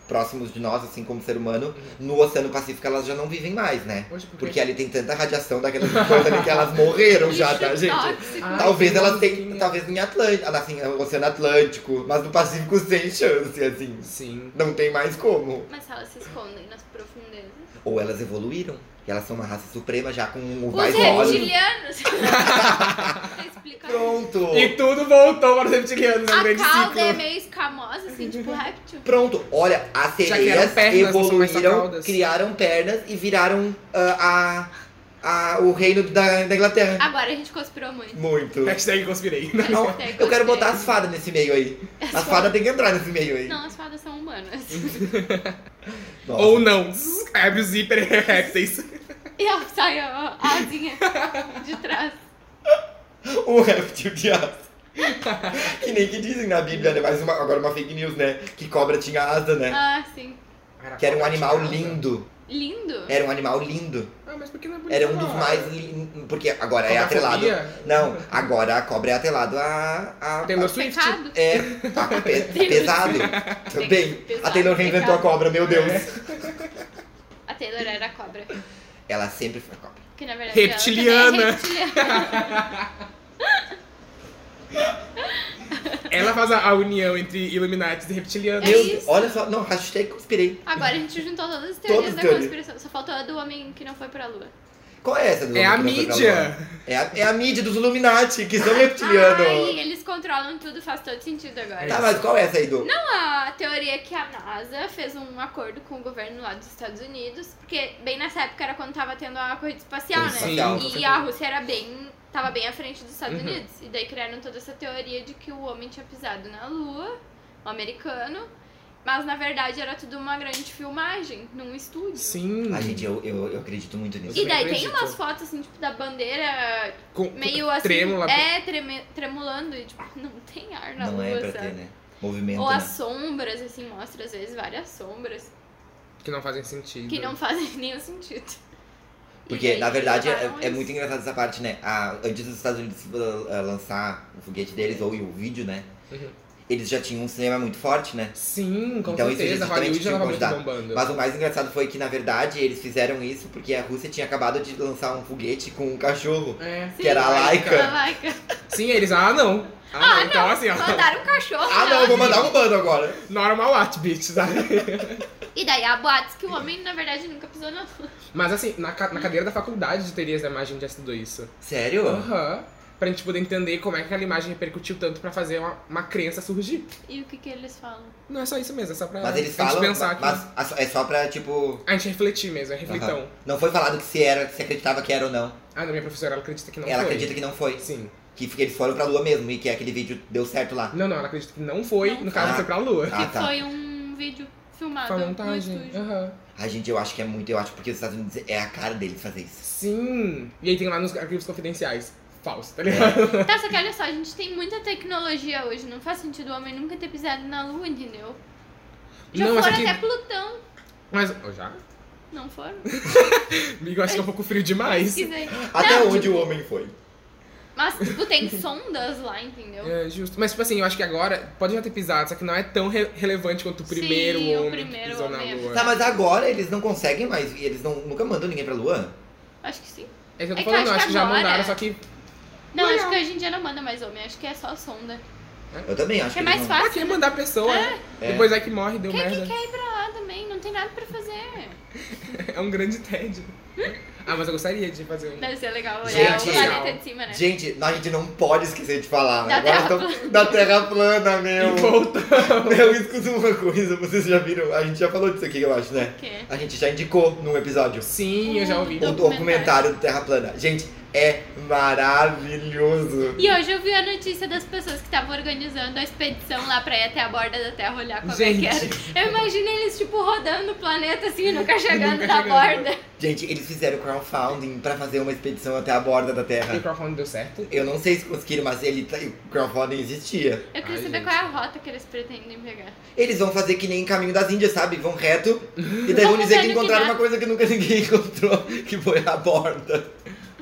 B: próximos de nós, assim como ser humano, no Oceano Pacífico elas já não vivem mais, né?
C: Hoje, Uhum. por quê?
B: Porque ali tem tanta radiação daquelas coisas ali que elas morreram já,
A: Lixo
B: tá, gente?
A: tóxico.
C: Ah,
B: Talvez
C: tem
B: elas
C: uma
B: tenham,
C: musiquinha.
B: talvez em Atlântico, assim, no Oceano Atlântico, mas no Pacífico sem chance, assim.
C: Sim.
B: Não tem mais como.
A: Mas elas se escondem nas profundezas.
B: Ou elas evoluíram, e elas são uma raça suprema já com um o
A: Os
B: mais
C: é
B: mole.
A: reptilianos. Tá explicado.
B: Pronto!
C: E tudo voltou para os reptilianos, é um
A: A
C: grande
A: cauda é
C: ciclo.
A: meio escamosa, assim, tipo réptil.
B: Pronto, olha, as
C: Já criaram
B: sereias
C: pernas, não são mais só
B: evoluíram,
C: caudas.
B: criaram pernas e viraram ah, a, a, o reino da, da Inglaterra.
A: Agora a gente conspirou muito.
B: Muito.
C: Hashtag conspirei.
B: Não,
A: Hashtag
B: eu
A: gostei.
B: quero botar assim. as fadas nesse meio aí. As fadas tem que entrar nesse meio aí.
A: Não, as fadas são humanas.
B: Nossa.
C: Ou não. Zzz, Abre o zíper e é répteis.
A: E ela sai a a asinha de trás.
B: Um réptil de asa. que nem que dizem na Bíblia, né? Mais uma, agora uma fake news, né? Que cobra tinha asa, né?
A: Ah, sim.
C: Aracati,
B: Que era um animal
C: não.
B: lindo.
A: Lindo?
B: Era um animal lindo.
C: Ah, mas por que não é bonito?
B: Era um dos
C: lá?
B: mais lindos. Porque agora é atrelado.
C: Cobrafobia?
B: Não, agora a cobra é atrelado a. a, a
C: Taylor Swift?
A: Pecado?
B: é, a, pe- pesado. Também. A Taylor reinventou a cobra, meu Deus.
A: É.
B: é.
A: A Taylor era a cobra.
B: Ela sempre foi a cobra.
A: Que na verdade ela também
C: Reptiliana.
A: é reptiliana.
C: Ela faz a, a união entre Illuminati e reptilianos.
A: É
B: Meu
A: isso.
B: Deus, olha só. Não, hashtag conspirei.
A: Agora a gente juntou todas as
B: Todas
A: teorias da
B: teorias.
A: conspiração. Só faltou a do homem que não foi pra lua.
B: Qual é essa do
C: É a
B: que não foi pra
C: mídia.
B: lua? É a, é a mídia dos Illuminati, que são reptilianos.
A: Ai, eles controlam tudo, faz todo sentido agora.
B: Tá, mas qual é essa aí, do?
A: A teoria é que a NASA fez um acordo com o governo lá dos Estados Unidos, porque bem nessa época era quando tava tendo a corrida espacial, né?
B: Corrida
C: espacial, com
A: e
C: certeza.
A: a Rússia era bem. tava bem à frente dos Estados
C: Uhum.
A: Unidos. E daí criaram toda essa teoria de que o homem tinha pisado na Lua, o americano, mas na verdade era tudo uma grande filmagem num estúdio.
C: Sim.
B: Ai, gente, eu, eu, eu acredito muito nisso.
A: E daí tem
C: Acredito.
A: umas fotos assim, tipo, da bandeira
C: Com-
A: meio assim.
C: Trêmula.
A: É, treme- tremulando e tipo, não tem ar na
B: Não
A: lua,
B: é pra
A: sabe?
B: ter, né? Movimento.
A: Ou
B: né?
A: as sombras, assim, mostra às vezes várias sombras
C: Que não fazem sentido.
A: que não fazem nenhum sentido. E
B: Uhum. Porque,
A: aí
B: na verdade, é,
A: levaram
B: é
A: isso.
B: muito engraçado essa parte, né? A- antes dos Estados Unidos uh, lançar o foguete deles, ou o vídeo, né?
C: Uhum.
B: Eles já tinha um cinema muito forte, né?
C: Sim, com
B: Então isso
C: certeza.
B: é justamente
C: Hollywood já
B: o que
C: tava
B: eu
C: muito
B: vou
C: bombando.
B: Mas o mais engraçado foi que, na verdade, eles fizeram isso porque a Rússia tinha acabado de lançar um foguete com um cachorro.
C: É.
A: Sim.
B: que era a
A: Ela
B: Laika.
A: vai, cara.
C: Sim, eles. Ah, não. Ah, não. Então, assim, ó.
A: Mandaram um cachorro.
B: Ah, não,
A: nela.
B: eu vou mandar um bando agora.
C: Normal at, bitch, sabe?
A: E daí há boatos que o homem, na verdade, nunca pisou na lua.
C: Mas, assim, na, ca- na cadeira da faculdade de teorias da imagem já estudou isso.
B: Sério?
C: Aham. Pra gente poder entender como é que aquela imagem repercutiu tanto pra fazer uma, uma crença surgir.
A: E o que que eles falam?
C: Não é só isso mesmo, é só pra
B: Mas eles
C: a gente
B: falam,
C: pensar
B: mas,
C: aqui.
B: mas a- é só pra, tipo...
C: A gente refletir mesmo, é reflitão.
B: aham. Não foi falado que se era, se acreditava que era ou não.
C: Ah, não, minha professora, ela acredita que não
B: Ela
C: foi.
B: acredita que não foi.
C: Sim.
B: Que f- eles foram pra lua mesmo e que aquele vídeo deu certo lá.
C: Não, não, ela acredita que não foi,
A: Não
C: no caso
B: Ah.
C: foi pra lua.
B: Ah,
A: que
B: tá.
A: foi um vídeo filmado
C: Foi a
A: no
C: montagem.
A: estúdio.
C: Aham.
B: Ai, gente, eu acho que é muito, eu acho porque os Estados Unidos é a cara deles fazer isso.
C: Sim. E aí tem lá nos arquivos confidenciais. Falso, tá
B: É.
C: ligado?
A: Tá, só que olha só, a gente tem muita tecnologia hoje. Não faz sentido o homem nunca ter pisado na lua, entendeu? Já
C: não,
A: foram
C: acho que.
A: até Plutão.
C: Mas. Oh, já?
A: Não foram?
C: Amigo, eu acho que é um pouco frio demais.
A: Quis dizer,
B: Até
A: Não,
B: onde
A: tipo-
B: o homem foi?
A: Mas, tipo, tem sondas lá, entendeu?
C: É, justo. Mas, tipo assim, eu acho que agora pode já ter pisado, só que não é tão re- relevante quanto o
A: Sim,
C: primeiro
A: o
C: homem
A: primeiro
C: que pisou
A: homem. é
C: na lua.
B: Tá, mas agora eles não conseguem mais, e eles não, nunca mandam ninguém pra lua?
A: Acho que sim.
C: É que eu
A: É
C: tô
A: que eu
C: falando,
A: acho
C: eu acho
A: que
C: que já
A: agora- é
C: mandaram, só que.
A: Não,
C: Não,
A: acho
C: não.
A: que a gente já não manda mais homem. Acho que é só sonda.
B: Eu também acho
A: Que
B: que
A: é
B: eles
A: mais
B: não-
C: Ah, quer
A: fácil, né?
C: mandar a pessoa.
B: É.
C: Depois é que morre, deu
A: Quem que
C: merda.
A: quer ir pra lá também? Não tem nada pra fazer.
C: É um grande tédio. Ah, mas eu gostaria de fazer um.
A: Deve ser legal olhar
B: Gente,
A: o planeta de cima, né?
B: Gente, não, a gente não pode esquecer de falar. né?
A: Da
B: Agora
A: terra
B: tão- da terra plana, meu.
C: E volta.
B: Meu, escuta uma coisa, vocês já viram, a gente já falou disso aqui, eu acho, né?
A: O quê?
B: A gente já indicou num episódio
C: Sim, eu já ouvi.
B: o
A: Documentário.
B: documentário do Terra Plana. Gente, é maravilhoso.
A: E hoje eu vi a notícia das pessoas que estavam organizando a expedição lá pra ir até a borda da Terra olhar como é que
C: Gente.
A: era. Eu imagino eles, tipo, rodando o planeta assim, nunca chegando
C: Nunca
A: na
C: chegando.
A: borda.
B: Gente, eles fizeram crowdfunding pra fazer uma expedição até a borda da
C: O
B: Terra.
C: microfone deu certo.
B: Eu não sei se conseguiram, mas ele, tá- o crowdfunding existia.
A: Eu queria
C: Ai,
A: saber
C: gente.
A: qual é a rota que eles pretendem pegar.
B: Eles vão fazer que nem Caminho das Índias, sabe? Vão reto e daí vão
A: Vamos
B: dizer
A: ver
B: que
A: no
B: encontraram
A: final.
B: uma coisa que nunca ninguém encontrou, que foi a borda.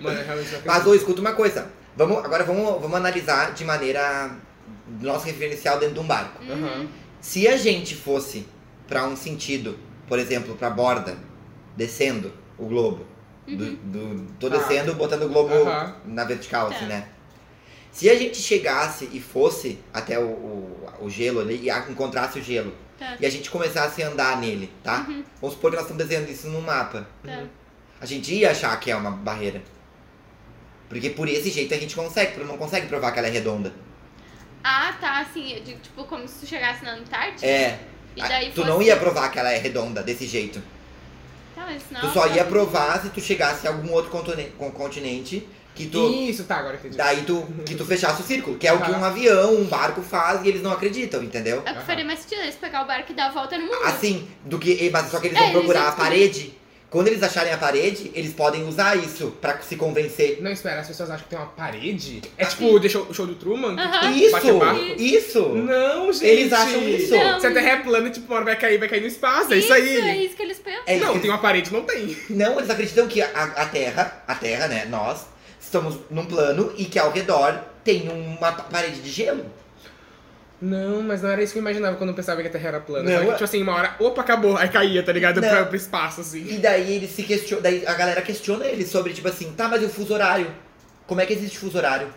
C: Mano, eu realmente não
B: Mas
C: acredito.
B: ô, escuta uma coisa. Vamos, agora vamos, vamos analisar de maneira do nosso referencial dentro de um barco.
C: Aham.
A: Hum,
B: Se a gente fosse pra um sentido, por exemplo, pra borda, descendo o globo. Do, do- tô
C: Tá.
B: descendo, botando o globo
C: Aham.
B: na vertical,
A: Tá.
B: assim, né? Se a gente chegasse e fosse até o, o, o gelo ali e a- encontrasse o gelo,
A: Tá,
B: e a gente começasse a andar nele, tá? Vamos supor que nós estamos desenhando isso num mapa.
A: tá.
B: A gente ia achar que é uma barreira. Porque por esse jeito a gente consegue, não consegue provar que ela é redonda.
A: Ah, tá, assim, eu digo, tipo, como se tu chegasse na Antártica.
B: É.
A: E daí assim.
B: tu
A: fosse-
B: não ia provar que ela é redonda desse jeito.
A: Tá, mas não.
B: tu só
A: tá.
B: ia provar se tu chegasse a algum outro contone- con- continente que tu.
C: Isso, tá, agora eu entendi.
B: Daí tu. Que tu fechasse o círculo. Que é o que
C: Aham.
B: um avião, um barco faz e eles não acreditam, entendeu?
A: É o que faria mais sentido eles pegar o barco e dar a volta no mundo.
B: Assim, do que. Mas só que eles
A: É,
B: vão
A: eles
B: procurar
A: iam
B: a parede Quando eles acharem a parede, eles podem usar isso pra se convencer.
C: Não, espera, as pessoas acham que tem uma parede. É tipo deixa o show do Truman?
A: Aham.
C: Bate o barco.
B: Isso! Isso!
C: Não, gente.
B: Eles acham isso.
A: Não.
C: Se a terra é plana, tipo, uma hora vai cair, vai cair no espaço. É isso aí.
A: É isso que eles pensam.
B: É isso que
C: Não,
B: eles-
C: tem uma parede, não tem.
B: Não, eles acreditam que a, a Terra, a Terra, né, nós, estamos num plano e que ao redor tem uma pa- parede de gelo.
C: Não, mas não era isso que eu imaginava quando eu pensava que a terra era plana.
B: Não,
C: Só que,
B: é-
C: tipo assim, uma hora, opa, acabou. Aí caía, tá ligado?
B: Não.
C: Pra, pro espaço, assim.
B: E daí eles se questionam. Daí a galera questiona eles sobre, tipo assim, tá, mas e o fuso horário? Como é que existe fuso horário?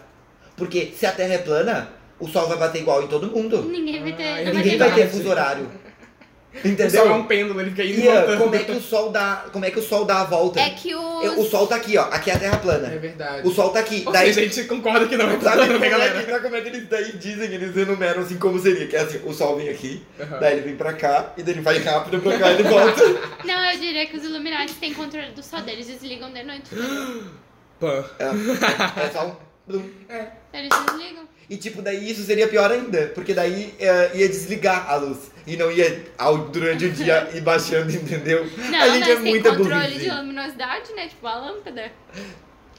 B: Porque se a Terra é plana, o Sol vai bater igual em todo mundo.
A: Ninguém vai
C: Ai,
A: ter. não
B: Ninguém
A: vai
B: vai
A: ter barco.
B: ter
C: barco.
B: fuso horário.
C: O sol é
B: Entendeu?
C: um pêndulo, ele fica indo e
B: Ian,
C: voltando.
B: como é que o Sol dá. Como é que o Sol dá a volta?
A: É que os.
B: Eu- O Sol tá aqui, ó. Aqui é a Terra
C: É
B: plana.
C: verdade.
B: O Sol tá aqui.
C: Ou
B: Daí
C: seja, a gente concorda que não é
B: Sabe
C: plano,
B: como,
C: né,
B: é
C: galera?
B: que, sabe como é que eles daí dizem, eles enumeram assim como seria, que é assim, o sol vem aqui,
C: Aham.
B: daí ele vem pra cá, e daí ele vai rápido pra cá e ele volta.
A: Não, eu diria que os Illuminati têm controle do sol deles, desligam de noite.
C: Pã.
B: É só um... blum.
A: Eles desligam.
B: E tipo, daí isso seria pior ainda, porque daí é, ia desligar a luz, e não ia ao, durante o dia ir baixando, entendeu?
A: Não,
B: a gente
A: mas
B: é
A: tem
B: muita
A: controle de
B: burrice.
A: luminosidade, né? Tipo a lâmpada.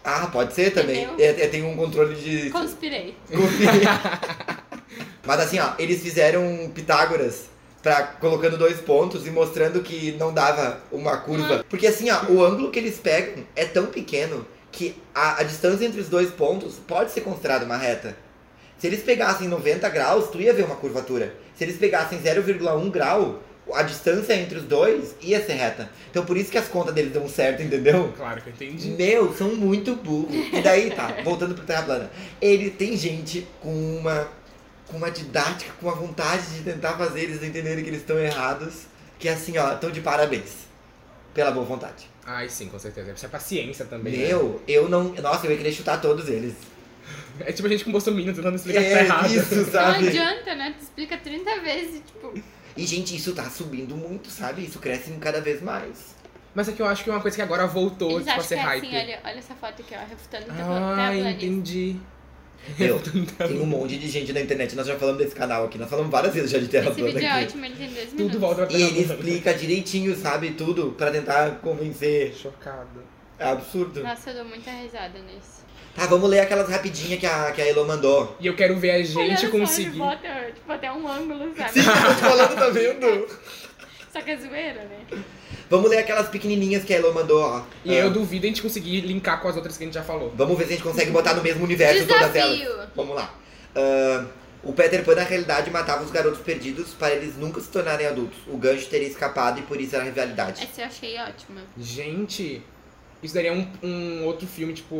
B: Ah, pode ser também. É, é, tem um controle de...
A: Conspirei.
B: Mas assim, ó, eles fizeram Pitágoras pra, colocando dois pontos e mostrando que não dava uma curva. Porque assim, ó, o ângulo que eles pegam é tão pequeno que a, a distância entre os dois pontos pode ser considerada uma reta. Se eles pegassem 90 graus, tu ia ver uma curvatura. Se eles pegassem 0,1 grau, a distância entre os dois ia ser reta. Então por isso que as contas deles dão certo, entendeu?
C: Claro que eu entendi.
B: Meu, são muito burros. E daí, tá, voltando pro Terra Plana. Ele tem gente com uma, com uma didática, com uma vontade de tentar fazer eles entenderem que eles estão errados. Que assim, ó, estão de parabéns. Pela boa vontade.
C: Ai, sim, com certeza. Isso é paciência também. né?
B: Meu, eu não. Nossa, eu ia querer chutar todos eles.
C: É tipo a gente com bolsominion tentando explicar que tá
B: É
C: errado.
B: isso,
A: Não
B: sabe?
A: adianta, né? Tu explica 30 vezes, tipo.
B: E, gente, isso tá subindo muito, sabe? Isso cresce cada vez mais.
C: Mas é que eu acho que é uma coisa que agora voltou,
A: Eles
C: tipo, a
A: acham que
C: ser
A: é
C: hype.
A: assim, olha, tá olha essa foto aqui, ó, refutando o
C: Ah,
A: terraplanista.
C: entendi.
B: Meu, tem um monte de gente na internet. Nós já falamos desse canal aqui. Nós falamos várias vezes já de Terra
A: Esse
B: Plana
A: vídeo é
B: aqui.
A: ótimo, ele tem dois minutos.
C: Tudo volta pra
B: E ele
C: terra plana.
B: explica direitinho, sabe, tudo, pra tentar convencer.
C: Chocado.
B: É absurdo.
A: Nossa, eu dou muita risada nesse.
B: Tá, vamos ler aquelas rapidinhas que a, que a Elo mandou.
C: E eu quero ver a
A: Olha
C: gente
A: só,
C: conseguir.
A: Ele bota, tipo, até um ângulo, sabe?
B: tô te falando, tá vendo?
A: Só que é zoeira, né?
B: Vamos ler aquelas pequenininhas que a Elo mandou, ó.
C: E eu duvido a gente conseguir linkar com as outras que a gente já falou.
B: Vamos ver se a gente consegue botar no mesmo universo todas
A: Desafio!
B: elas. Vamos lá. Ah, o Peter Pan, na realidade, matava os garotos perdidos para eles nunca se tornarem adultos. O gancho teria escapado e por isso era rivalidade.
A: Essa eu achei ótima.
C: Gente, isso daria um, um outro filme, tipo.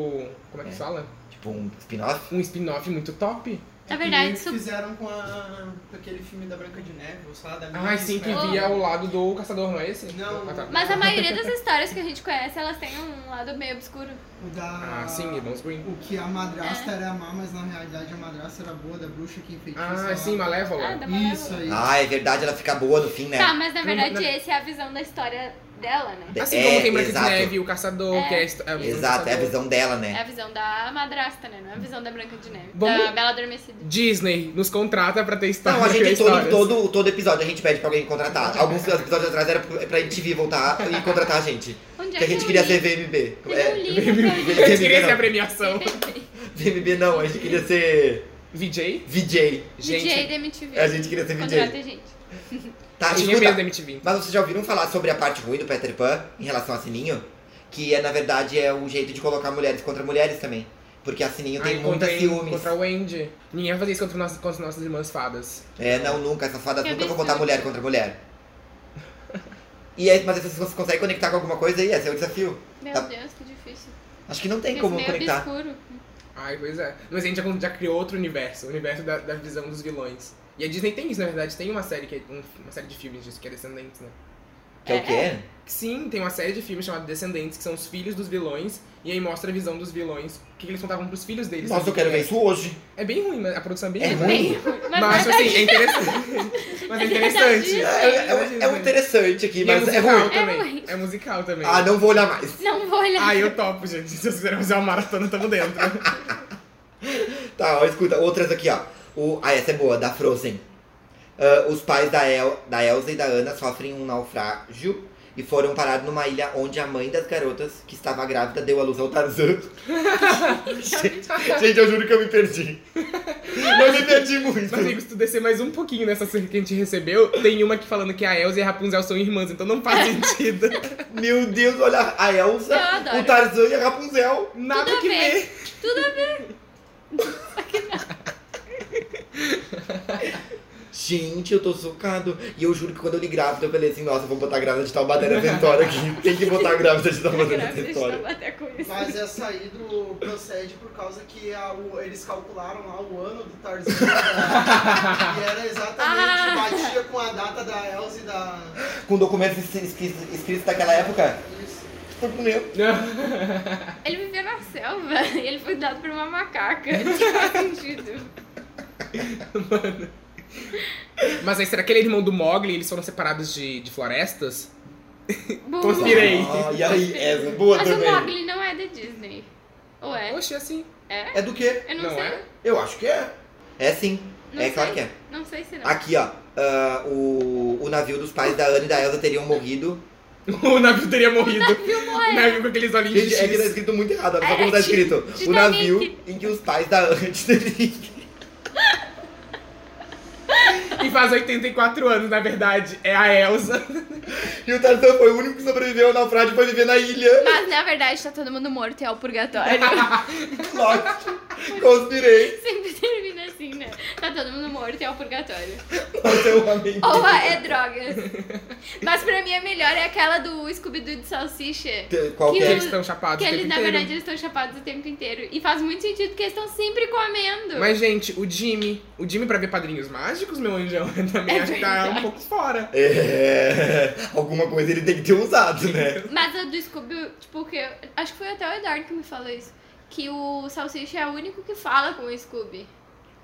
C: Como é que
B: É.
C: fala?
B: Tipo um spin-off.
C: Um spin-off muito top.
A: Na É verdade,
D: isso...
A: isso-
D: fizeram com, a, com aquele filme da Branca de Neve, ou sei lá, da Branca
C: Ah,
D: de
C: sim, que
D: Neve.
C: via ao lado do caçador, não é esse?
D: Não.
C: Ah, tá.
A: Mas a maioria das histórias que a gente conhece, elas têm um lado meio obscuro.
D: O da...
C: Ah, sim, irmãos Green.
D: O que a
A: É.
D: madrasta era má, mas na realidade a madrasta era boa, da bruxa que enfeitiça.
C: Ah,
D: lá.
C: sim,
A: Ah,
C: Malévola.
A: da Malévola.
D: Isso aí.
B: Ah, é verdade, ela fica boa no fim, né?
A: Tá, mas na
C: Não,
A: verdade,
C: na-
A: essa é a visão da história dela, né?
C: Assim
B: É,
C: como tem Branca de
B: exato.
C: Neve, o caçador,
A: É.
C: que é a histó- a visão do
B: Exato, é a
C: caçador.
B: visão dela,
A: É
B: né?
A: a visão da madrasta, né? Não é a visão da Branca de Neve. Da
C: Vamos-
A: Bela Adormecida.
C: Disney nos contrata pra ter história.
B: Não, a gente, todo,
C: é histórias.
B: todo, todo episódio a gente pede pra alguém contratar. Alguns episódios atrás era pra pra MTV voltar e contratar a gente.
A: Onde é
B: Que a gente queria
A: eu
B: ser
A: li?
B: VMB.
A: Teve um
B: É,
A: livro que eu li.
C: A gente queria
B: Não.
C: ter a premiação.
B: VMB não, a gente queria ser
C: VJ?
B: VJ.
A: DJ
C: Gente,
A: da MTV.
B: A gente queria ser
A: Contrata
B: VJ.
A: a gente.
B: Tá,
C: tinha medo da
B: escuta.
C: MTV.
B: Mas vocês já ouviram falar sobre a parte ruim do Peter Pan em relação a Sininho? Que é, na verdade, é um jeito de colocar mulheres contra mulheres também. Porque a Sininho tem
C: Ai,
B: muitas
C: contra-
B: ciúmes.
C: Contra o Wendy. Ninguém vai fazer isso contra, nossas- contra nossas irmãs fadas.
B: É, não, nunca. Essas fadas
A: Que
B: nunca vão
A: absurdo.
B: botar mulher contra mulher. E aí, mas se vocês conseguem conectar com alguma coisa aí, esse é o desafio.
A: Meu
B: Tá.
A: Deus, que difícil.
B: Acho que não tem
A: Esse
B: como
A: meio
B: conectar.
A: obscuro.
C: Ai, pois é. Mas a gente já, já criou outro universo, o universo da, da visão dos vilões. E a Disney tem isso, na verdade. Tem uma série, que é, um- uma série de filmes disso, que é Descendentes, né?
B: Que é o quê?
C: Sim, tem uma série de filmes chamada Descendentes, que são os filhos dos vilões. E aí mostra a visão dos vilões, o que, que eles contavam pros filhos deles.
B: Nossa, eu quero ver isso hoje.
C: É bem ruim, mas a produção é bem
B: É
C: ruim.
B: ruim?
A: Mas,
C: Mas,
A: mas
C: tipo assim, é interessante. mas é interessante.
A: Disney.
B: É, é, é, é um interessante aqui,
C: E é
B: mas é
C: musical
B: ruim.
C: também.
A: É ruim.
C: É musical também.
B: Ah, não vou olhar mais.
A: não vou olhar.
C: Ah, eu topo, gente. Se vocês quiserem fazer uma maratona, tamo dentro.
B: Tá, ó, escuta, outras aqui, ó. O, ah, essa é boa, da Frozen. Ah, os pais da, El, da Elsa e da Anna sofrem um naufrágio e foram parar numa ilha onde a mãe das garotas, que estava grávida, deu à luz ao Tarzan. Gente, eu juro que eu me perdi. Eu me perdi muito.
C: Mas, amigo, se tu descer mais um pouquinho nessa cerca que a gente recebeu, tem uma que falando que a Elsa e a Rapunzel são irmãs, então não faz sentido.
B: Meu Deus, olha a Elsa,
A: Eu adoro.
B: o Tarzan e a Rapunzel.
C: Nada
A: Tudo a
C: que
A: ver.
C: ver.
A: Tudo a ver.
B: Gente, eu tô socado. E eu juro que quando eu li grávida, eu falei assim, nossa, vou botar a grávida de Taubaté na Ventória aqui. Tem que botar a grávida de Taubaté na
A: Grávida de
B: Ventória.
A: Taubaté com isso.
D: Mas essa aí do procede por causa que a- o- eles calcularam lá o ano do Tarzan. e era
A: Ah.
D: exatamente, batia com a data da Elsa e da...
B: Com documentos es- es- escritos daquela época.
D: Isso.
B: Tô com medo.
A: Ele vivia na selva e ele foi dado por uma macaca. Não faz sentido.
C: Mas aí, será que ele é irmão do Mogli e eles foram separados de, de florestas?
A: Bom,
C: Conspirei. Pirei.
B: Ah, e aí, essa é boa
A: Mas o
B: também.
A: Mogli não é da Disney. Ou é?
C: Oxe, assim.
B: É do quê?
A: Eu não,
C: Não
A: sei.
C: é?
B: Eu acho que é. É sim.
A: Não
B: é
A: sei.
B: claro que é.
A: Não sei se não.
B: Aqui, ó. ah, o, o navio dos pais da Ana e da Elsa teriam morrido.
C: O navio teria morrido.
A: Viu,
C: O
A: moleque?
C: navio com aqueles olhinhos de
B: Gente, é que tá
C: giz.
B: escrito muito errado. Olha só
A: É,
B: como tá
A: é
B: escrito.
A: Ti-
B: O navio
A: Titanic.
B: em que os pais da Ana teriam.
C: E faz 84 anos, na verdade. É a Elsa.
B: E o Tarzan foi o único que sobreviveu ao naufrágio e foi viver na ilha.
A: Mas na verdade tá todo mundo morto e é o purgatório.
B: Lost. Conspirei.
A: Sempre termina assim, né? Tá todo mundo morto e é o purgatório.
B: Nossa, eu amei.
A: Ou a é drogas. Mas pra mim a melhor é aquela do Scooby-Doo de salsicha.
B: Qualquer.
A: Que
C: Eles estão chapados
A: Que
C: o tempo
A: eles, na
C: inteiro.
A: verdade, eles estão chapados o tempo inteiro. E faz muito sentido, porque eles estão sempre comendo.
C: Mas, gente, o Jimmy. O Jimmy pra ver Padrinhos Mágicos, meu anjão, eu também
A: É
C: acho que tá
A: verdade.
C: um pouco fora.
B: É, alguma coisa ele tem que ter usado, né?
A: Mas a do Scooby, tipo, que eu- acho que foi até o Eduardo que me falou isso. Que o Salsicha é o único que fala com o Scooby.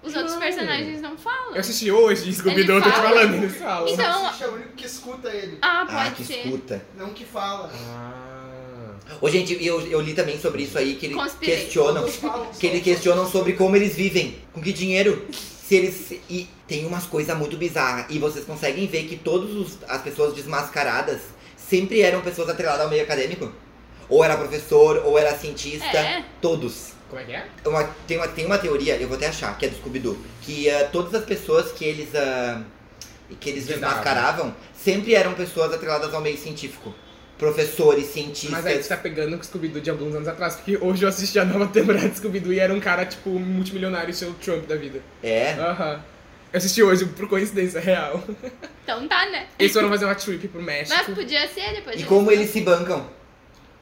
A: Os outros
C: Não.
A: personagens não falam.
C: Eu assisti hoje, Scooby-Doo,
A: Ele
C: tô te
A: fala?
C: falando, eles falam.
D: O
A: Então-
D: Salsicha é o único que escuta ele,
A: Ah,
B: Ah,
A: pode
B: que
A: ser.
B: escuta.
D: não que fala.
C: Ah.
B: Ô, gente, e eu, eu li também sobre isso aí, que eles
A: Conspirei.
B: questionam.
D: Todos falam
B: Que eles
D: só.
B: questionam sobre como eles vivem, com que dinheiro. Se eles. E tem umas coisas muito bizarras. E vocês conseguem ver que todas as pessoas desmascaradas sempre eram pessoas atreladas ao meio acadêmico. Ou era professor, ou era cientista.
A: É.
B: Todos.
C: Como é que é?
B: Uma- tem, uma, tem uma teoria, eu vou até achar, que é do Scooby-Doo, que ah, todas as pessoas que eles, ah, que eles
C: Desvendavam.
B: desmascaravam sempre eram pessoas atreladas ao meio científico. Professores,
C: Mas aí
B: cientistas.
C: você tá pegando o Scooby-Doo de alguns anos atrás, porque hoje eu assisti a nova temporada de Scooby-Doo e era um cara, tipo, multimilionário, estilo Trump da vida.
B: É.
C: Aham. Eu assisti hoje, por coincidência real.
A: Então tá, né?
C: Eles foram fazer uma trip pro México.
A: Mas podia ser depois.
B: É E
A: eles-
B: como eles se bancam,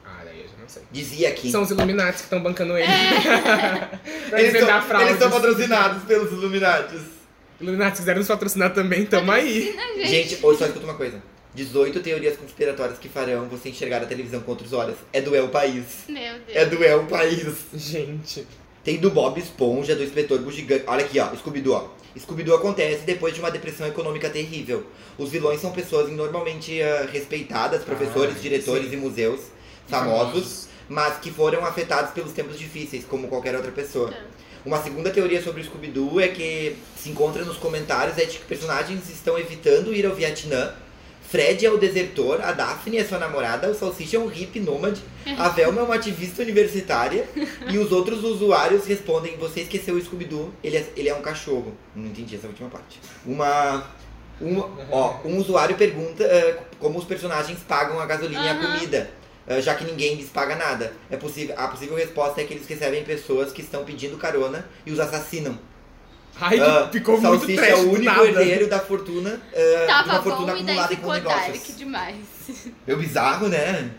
C: Ah, daí eu já não sei.
B: dizia aqui.
C: São os Illuminati que estão bancando ele.
A: É.
C: pra
B: Eles
C: inventar
B: são-
C: fraudes.
B: eles são patrocinados pelos Illuminatis.
C: Illuminati, se quiser nos patrocinar também, tamo aí.
A: Não, né, gente.
B: Gente, hoje só escuta uma coisa. 18 teorias conspiratórias que farão você enxergar a televisão com outros olhos. É do El País.
A: Meu Deus.
B: É do El País.
C: Gente.
B: Tem do Bob Esponja, do Inspetor Bugiganga. Olha aqui, ó, Scooby-Doo, ó. Scooby-Doo acontece depois de uma depressão econômica terrível. Os vilões são pessoas normalmente ah, respeitadas, professores,
C: Ah,
B: diretores
C: sim.
B: e museus famosos, mas que foram afetados pelos tempos difíceis, como qualquer outra pessoa.
A: Tá.
B: Uma segunda teoria sobre o Scooby-Doo é que se encontra nos comentários é de que personagens estão evitando ir ao Vietnã. Fred é o desertor, a Daphne é sua namorada, o Salsicha é um hippie nômade, a Velma é uma ativista universitária e os outros usuários respondem: Você esqueceu o Scooby-Doo, ele é, ele é um cachorro. Não entendi essa última parte. Uma. Um, ó, um usuário pergunta eh, como os personagens pagam a gasolina e a
A: Aham.
B: comida. Uh, já que ninguém lhes paga nada. É possível, a possível resposta é que eles recebem pessoas que estão pedindo carona e os assassinam.
C: Ai,
B: Ah,
C: ficou muito
B: Salsicha é
C: trash
B: o
C: do
B: único
C: nada.
B: herdeiro da fortuna, uh, de
A: Tava
B: uma
A: bom
B: fortuna
A: e daí
B: acumulada com
A: ficou dark
B: negócios.
A: demais.
B: Meu bizarro, né?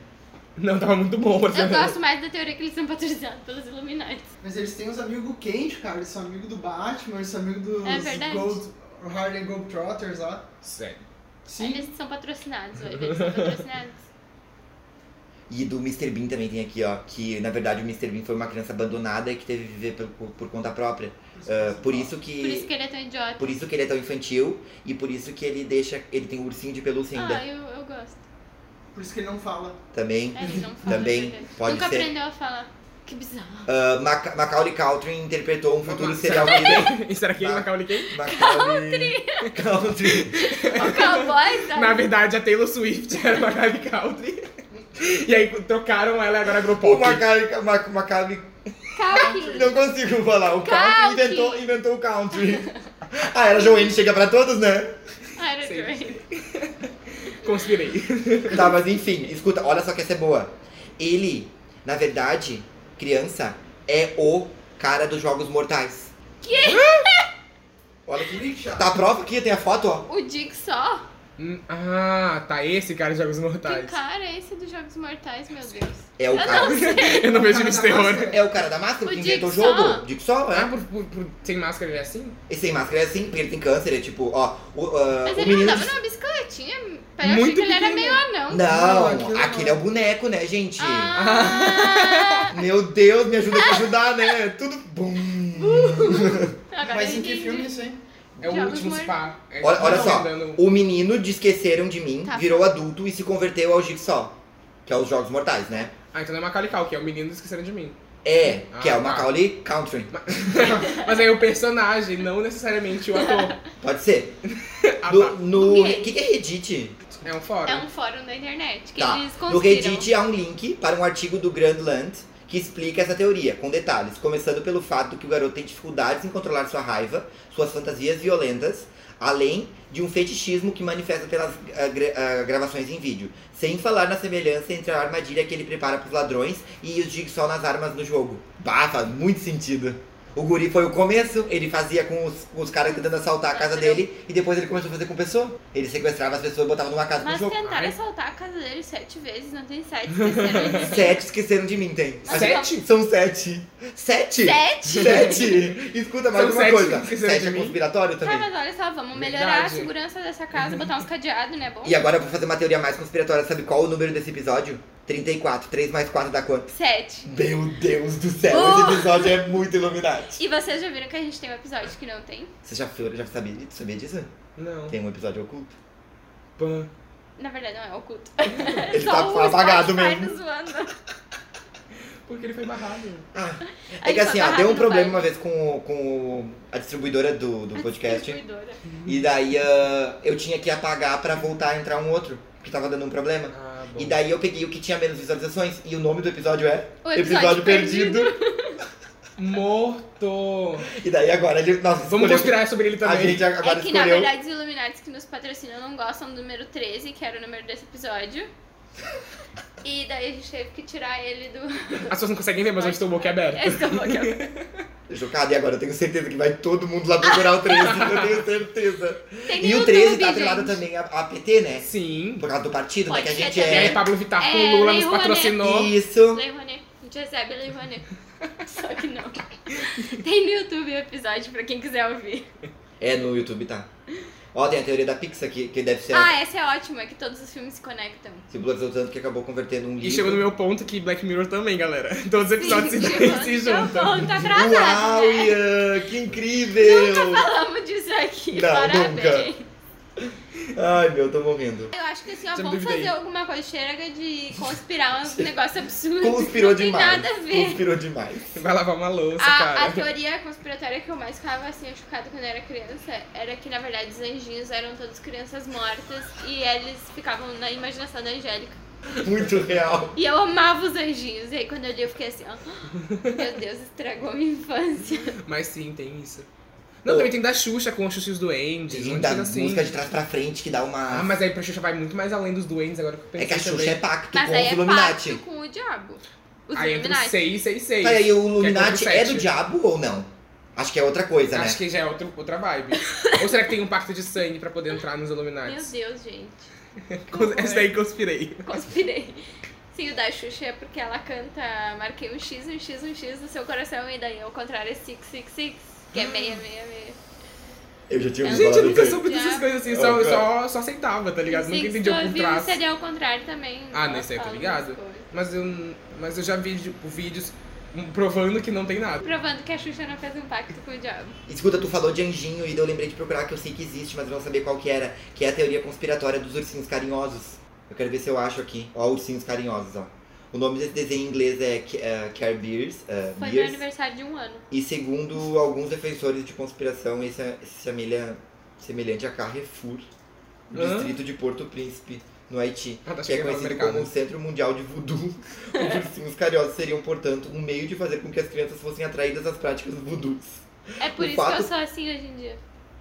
C: Não, tava muito bom. mas-
A: Eu gosto mais da teoria que eles são patrocinados pelos Illuminati.
D: Mas eles têm uns amigos quentes, cara. Eles são amigos do Batman, eles são amigos dos
A: É verdade.
D: Gold, Harley Globetrotters lá.
C: Sério.
D: Sim.
A: Eles são patrocinados hoje. Eles são patrocinados.
B: E do Mr. Bean também tem aqui, ó. Que na verdade o Mr. Bean foi uma criança abandonada e que teve que viver por, por conta própria. Uh, por isso que.
A: Por isso que ele é tão idiota.
B: por isso que ele é tão infantil e por isso que ele deixa. Ele tem um ursinho de pelúcia ainda.
A: Ah, eu, eu gosto.
D: Por isso que ele não fala.
B: Também.
A: É, ele não fala.
B: Também
A: é verdade.
B: pode
A: Nunca
B: ser.
A: aprendeu a falar. Que bizarro.
B: Ah, Maca- Macaulay Culkin interpretou um futuro serial killer.
C: E será que é
B: Tá.
C: Macaulay Culkin?
B: Macaulay Culkin.
A: O cowboy da...
C: Na verdade, a Taylor Swift era Macaulay Culkin. E aí trocaram ela e agora é Agropop.
B: O Macaulay... Mac- Macaulay...
A: Calque.
B: Não consigo falar. O
A: Culkin.
B: Country inventou, inventou o Country. Ah, era Joanne, chega pra todos, né?
A: Era
C: Sim.
A: Drake.
C: Conspirei.
B: Tá, mas enfim, escuta, olha só que essa é boa. Ele, na verdade, criança, é o cara dos Jogos Mortais. Que? Olha que
D: Bicha.
B: Tá a prova aqui, tem a foto, ó.
A: O Jigsaw?
C: Hum, ah, tá esse cara de Jogos
A: Que
C: Mortais.
A: cara é esse dos Jogos Mortais, meu Deus?
B: É o
A: Eu
B: cara.
C: Eu não vejo filme
A: Ah,
C: de terror.
A: tá.
B: É o cara da máscara
A: O
B: que inventou o
A: Dick Sol.
B: jogo. Dick Sol,
C: Ah,
B: é.
C: por, por- por- sem máscara ele é assim?
B: E sem máscara é assim, porque ele tem câncer, é tipo, ó. O, ah,
A: Mas
B: o
A: ele tá-
B: menino.
A: andava numa bicicletinha? Peraí, eu achei
C: Muito
A: que ele era
C: pequeno.
A: meio anão.
B: Não,
C: Não, aquilo não.
B: aquele é o boneco, né, gente?
A: Ah,
B: Meu Deus, me ajuda a te ajudar, né? Tudo bom.
A: Uh. agora
D: Mas
A: eu
D: em que
A: entendi.
D: filme isso, hein?
C: É o
A: Jogos
C: último
A: Mortais.
C: spa. É,
B: Olha, olha
C: tá
B: só,
C: andando-
B: o menino de Esqueceram de Mim
A: Tá.
B: virou adulto e se converteu ao Jigsaw, que é os Jogos Mortais, né?
C: Ah, então não é Macaulay Culkin, é o menino do Esqueceram de Mim.
B: É, que é
C: Ah,
B: o
C: tá.
B: Macaulay Country.
C: Mas aí o personagem, não necessariamente o ator.
B: Pode ser.
C: Ah,
B: No,
C: tá.
B: no-
A: Ok.
B: o que, que é Reddit?
C: É um fórum.
A: É um fórum da internet que
B: Tá.
A: eles
B: No
A: conseguiram.
B: Reddit há um link para um artigo do Grand Land que explica essa teoria, com detalhes, começando pelo fato que o garoto tem dificuldades em controlar sua raiva, suas fantasias violentas, além de um fetichismo que manifesta pelas ah, gra- ah, gravações em vídeo, sem falar na semelhança entre a armadilha que ele prepara para os ladrões e os jigsaw nas armas no jogo. Bah, faz muito sentido. O guri foi o começo, ele fazia com os, com os caras tentando assaltar a casa dele, e depois ele começou a fazer com pessoa. Ele sequestrava as pessoas e botava numa casa no
A: Mas
B: jogo.
A: tentaram
C: Ai.
A: assaltar a casa dele sete vezes, não tem sete, esqueceram de mim.
B: Sete esqueceram de mim, tem.
A: Mas
C: Sete?
B: São sete. Sete?
A: Ah, Sete?
B: Sete. Escuta mais
C: São
B: uma
C: sete
B: coisa.
C: que esqueceram
B: Sete
C: de
B: é
C: mim.
B: conspiratório
A: Ah,
B: também.
A: mas olha só, vamos melhorar a
C: Verdade.
A: segurança dessa casa, botar uns cadeados, né? Bom,
B: E agora eu vou fazer uma teoria mais conspiratória. Sabe qual o número desse episódio? 34. 3 mais 4 dá quanto?
A: sete.
B: Meu Deus do céu,
A: Oh!
B: esse episódio é muito iluminado.
A: E vocês já viram que a gente tem um episódio que não tem?
B: Você já, foi, já sabia, disso? sabia disso?
C: Não.
B: Tem um episódio oculto.
C: Pã.
A: Na verdade, não é oculto.
B: Ele
A: Só
B: tá
A: o
B: apagado
A: Spotify né?
B: mesmo.
A: nos zoando.
C: Porque ele foi barrado.
B: Ah,
A: A
B: É
A: gente
B: que assim,
A: só tá
B: ó, deu um
A: rápido, vai.
B: problema uma vez com, o- com o- a distribuidora do, do podcast.
A: Distribuidora.
B: E daí ah, eu tinha que apagar pra voltar a entrar um outro, porque tava dando um problema.
C: Ah, bom.
B: E daí eu peguei o que tinha menos visualizações e o nome do episódio é
A: O episódio
C: Morto.
B: E daí agora ele nós
C: Vamos
B: escolhemos-
C: conspirar sobre ele
B: A
C: também.
B: gente agora
A: é que na
B: escolheu.
A: verdade os Illuminatis que nos patrocinam não gostam do número 13, que era o número desse episódio. E daí a gente teve que tirar ele do.
C: As pessoas não conseguem ver, mas eu estou boquiaberto.
A: Esse é o bloqueio.
B: Chocado, e agora eu tenho certeza que vai todo mundo lá procurar o 13, eu tenho certeza.
A: Tem no
B: E o
A: YouTube,
B: 13 tá atrelado
A: gente.
B: também à, à PT, né?
C: Sim.
B: Por causa do partido, né?
A: Pode
B: Que a
A: ser
B: gente
C: E
B: é.
C: aí, Pablo Vittar com
A: É,
C: o Lula nos
A: Lei Rouanet.
C: patrocinou.
B: Isso.
A: Lei Rouanet. A gente recebe Lei Rouanet. Só que não. Tem no YouTube o episódio pra quem quiser ouvir.
B: É no YouTube, tá. Ó, tem a teoria da Pixar que, que deve ser.
A: Ah, é. essa é ótima, é que todos os filmes se conectam.
B: Se o tanto que acabou convertendo um livro.
C: E chegou no meu ponto que Black Mirror também, galera. Todos os episódios
A: Sim,
C: se, se
A: chegou-
C: juntam.
A: Tá atrasado,
B: Uau,
A: né?
B: Ian, que incrível!
A: Falamos disso aqui,
B: Não,
A: parabéns.
B: Ai meu, tô morrendo.
A: Eu acho que assim, ó,
C: Sempre
A: vamos
C: duvidei.
A: fazer alguma coisa. Chega de conspirar um negócio absurdo.
B: Conspirou
A: não tem
B: demais.
A: nada a ver.
B: Conspirou demais.
C: Vai lavar uma louça,
A: A, a
C: cara.
A: teoria conspiratória que eu mais ficava assim, chocada quando eu era criança, era que na verdade os anjinhos eram todas crianças mortas e eles ficavam na imaginação da Angélica.
B: Muito real.
A: E eu amava os anjinhos. E aí quando eu li, eu fiquei assim, ó. Meu Deus, estragou minha infância.
C: Mas sim, tem isso. Não,
B: Ô.
C: também tem da Xuxa com os Xuxas Duendes.
B: Tem
C: um
B: da
C: coisa assim.
B: música de trás pra frente que dá uma.
C: Ah, mas aí pra Xuxa vai muito mais além dos Duendes, agora que eu
B: É
C: pensei
B: que a Xuxa
C: também.
B: é pacto
A: Mas
B: com
A: aí
B: os
A: é
B: Illuminati.
A: pacto com o diabo. Os
C: Aí entra o
A: Illuminati.
C: 6, 6, 6.
B: Tá, e aí o Illuminati
C: contra o
B: é, do
C: sete.
B: diabo ou não? Acho que é outra coisa,
C: Acho
B: né?
C: que já é outro, outra vibe. Ou será que tem um pacto de sangue pra poder entrar nos
A: Meu
C: Illuminati?
A: Deus, gente.
C: Essa daí conspirei.
A: Conspirei. Sim, o da Xuxa é porque ela canta Marquei um X, um X, um X no seu coração e daí ao contrário é 666, que é 666.
B: Eu já tinha
A: É.
B: ouvido
C: Gente, eu
B: falar
C: nunca
B: disso aí.
C: soube dessas
A: Já.
C: coisas assim,
B: Oh,
C: só,
B: cara.
C: só, só aceitava, tá ligado? Nunca entendi o
A: eu
C: por
A: vi um
C: trás.
A: CD ao contrário também.
C: Ah,
A: não
C: não, isso aí eu tô ligado.
A: Coisas.
C: Mas eu, mas eu já vi tipo, vídeos provando que não tem nada.
A: Provando que a Xuxa não fez um pacto com o diabo.
B: Escuta, tu falou de anjinho e daí eu lembrei de procurar que eu sei que existe, mas eu não sabia qual que era. Que é a teoria conspiratória dos ursinhos carinhosos. Eu quero ver se eu acho aqui. Ó, ursinhos carinhosos, ó. O nome desse desenho em inglês é Ca- eh, Care Bears. eh,
A: Foi meu
B: Bears.
A: aniversário de um ano.
B: E segundo alguns defensores de conspiração, esse é- se semelha, semelhante a Carrefour, no
C: Hã?
B: distrito de Porto Príncipe, no Haiti,
C: Ah, tá
B: que é
C: chegando no
B: conhecido como um
C: mercado.
B: centro mundial de voodoo. Os ursinhos carinhosos seriam, portanto, um meio de fazer com que as crianças fossem atraídas às práticas voodoos.
A: É por
B: O
A: isso que
B: fato-
A: eu sou assim hoje em dia.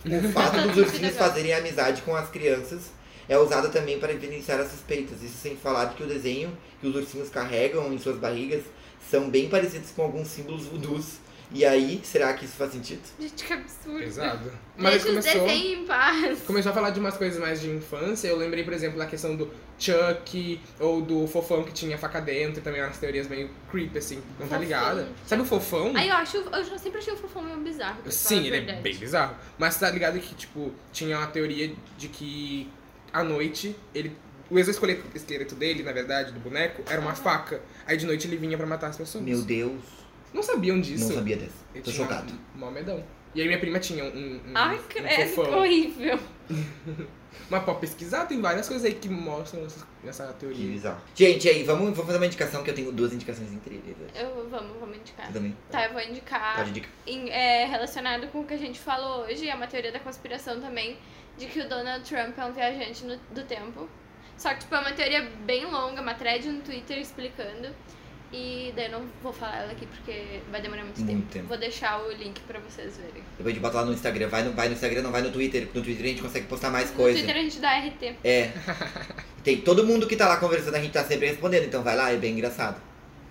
C: Uhum.
B: O fato dos
A: sentido
B: ursinhos
A: agora.
B: fazerem amizade com as crianças é usado também para evidenciar as suspeitas. Isso sem falar que o desenho que os ursinhos carregam em suas barrigas são bem parecidos com alguns símbolos voodoos. E aí, será que isso faz sentido?
A: Gente, que absurdo.
C: Pesado. Mas
A: Deixa os
C: começou.
A: desenhos em paz.
C: Começou a falar de umas coisas mais de infância, eu lembrei, por exemplo, da questão do Chuck ou do fofão que tinha faca dentro, também eram umas teorias meio creep, assim, não tá
A: Fofão.
C: ligada? Sabe o fofão?
A: Aí eu acho, eu sempre achei o fofão meio bizarro. pra falar
C: Sim,
A: a
C: ele é
A: verdade.
C: bem bizarro. Mas tá ligado que, tipo, tinha uma teoria de que à noite ele. O exoesqueleto dele, na verdade, do boneco, era uma faca. Aí de noite ele vinha pra matar as pessoas.
B: Meu Deus,
C: Não sabiam disso.
B: não sabia dessa.
C: Eu
B: Tô
C: tinha
B: chocado.
C: um- Mó medão. E aí minha prima tinha um, um, um-
A: Ai,
C: um
A: credo,
C: fofão.
A: horrível.
C: Mas pode pesquisar, tem várias coisas aí que mostram essa, essa
B: Que
C: teoria.
B: bizarro. Gente, e aí, vamos, vamos fazer uma indicação que eu tenho duas indicações incríveis. né?
A: Eu, vamos, vamos indicar.
B: Tu também?
A: Tá, eu vou indicar.
B: Pode indicar.
A: em- é, relacionado com o que a gente falou hoje, é uma teoria da conspiração também, de que o Donald Trump é um viajante no- do tempo. Só que, tipo, é uma teoria bem longa, uma thread no Twitter explicando. E daí eu não vou falar ela aqui porque vai demorar muito,
B: Muito
A: tempo.
B: tempo.
A: Vou deixar o link pra vocês verem.
B: Depois a gente bota lá no Instagram. Vai no, vai no Instagram, não vai no Twitter. No Twitter a gente consegue postar mais
A: No
B: coisa.
A: Twitter a gente dá RT.
B: É. Tem todo mundo que tá lá conversando, a gente tá sempre respondendo. Então vai lá, é bem engraçado.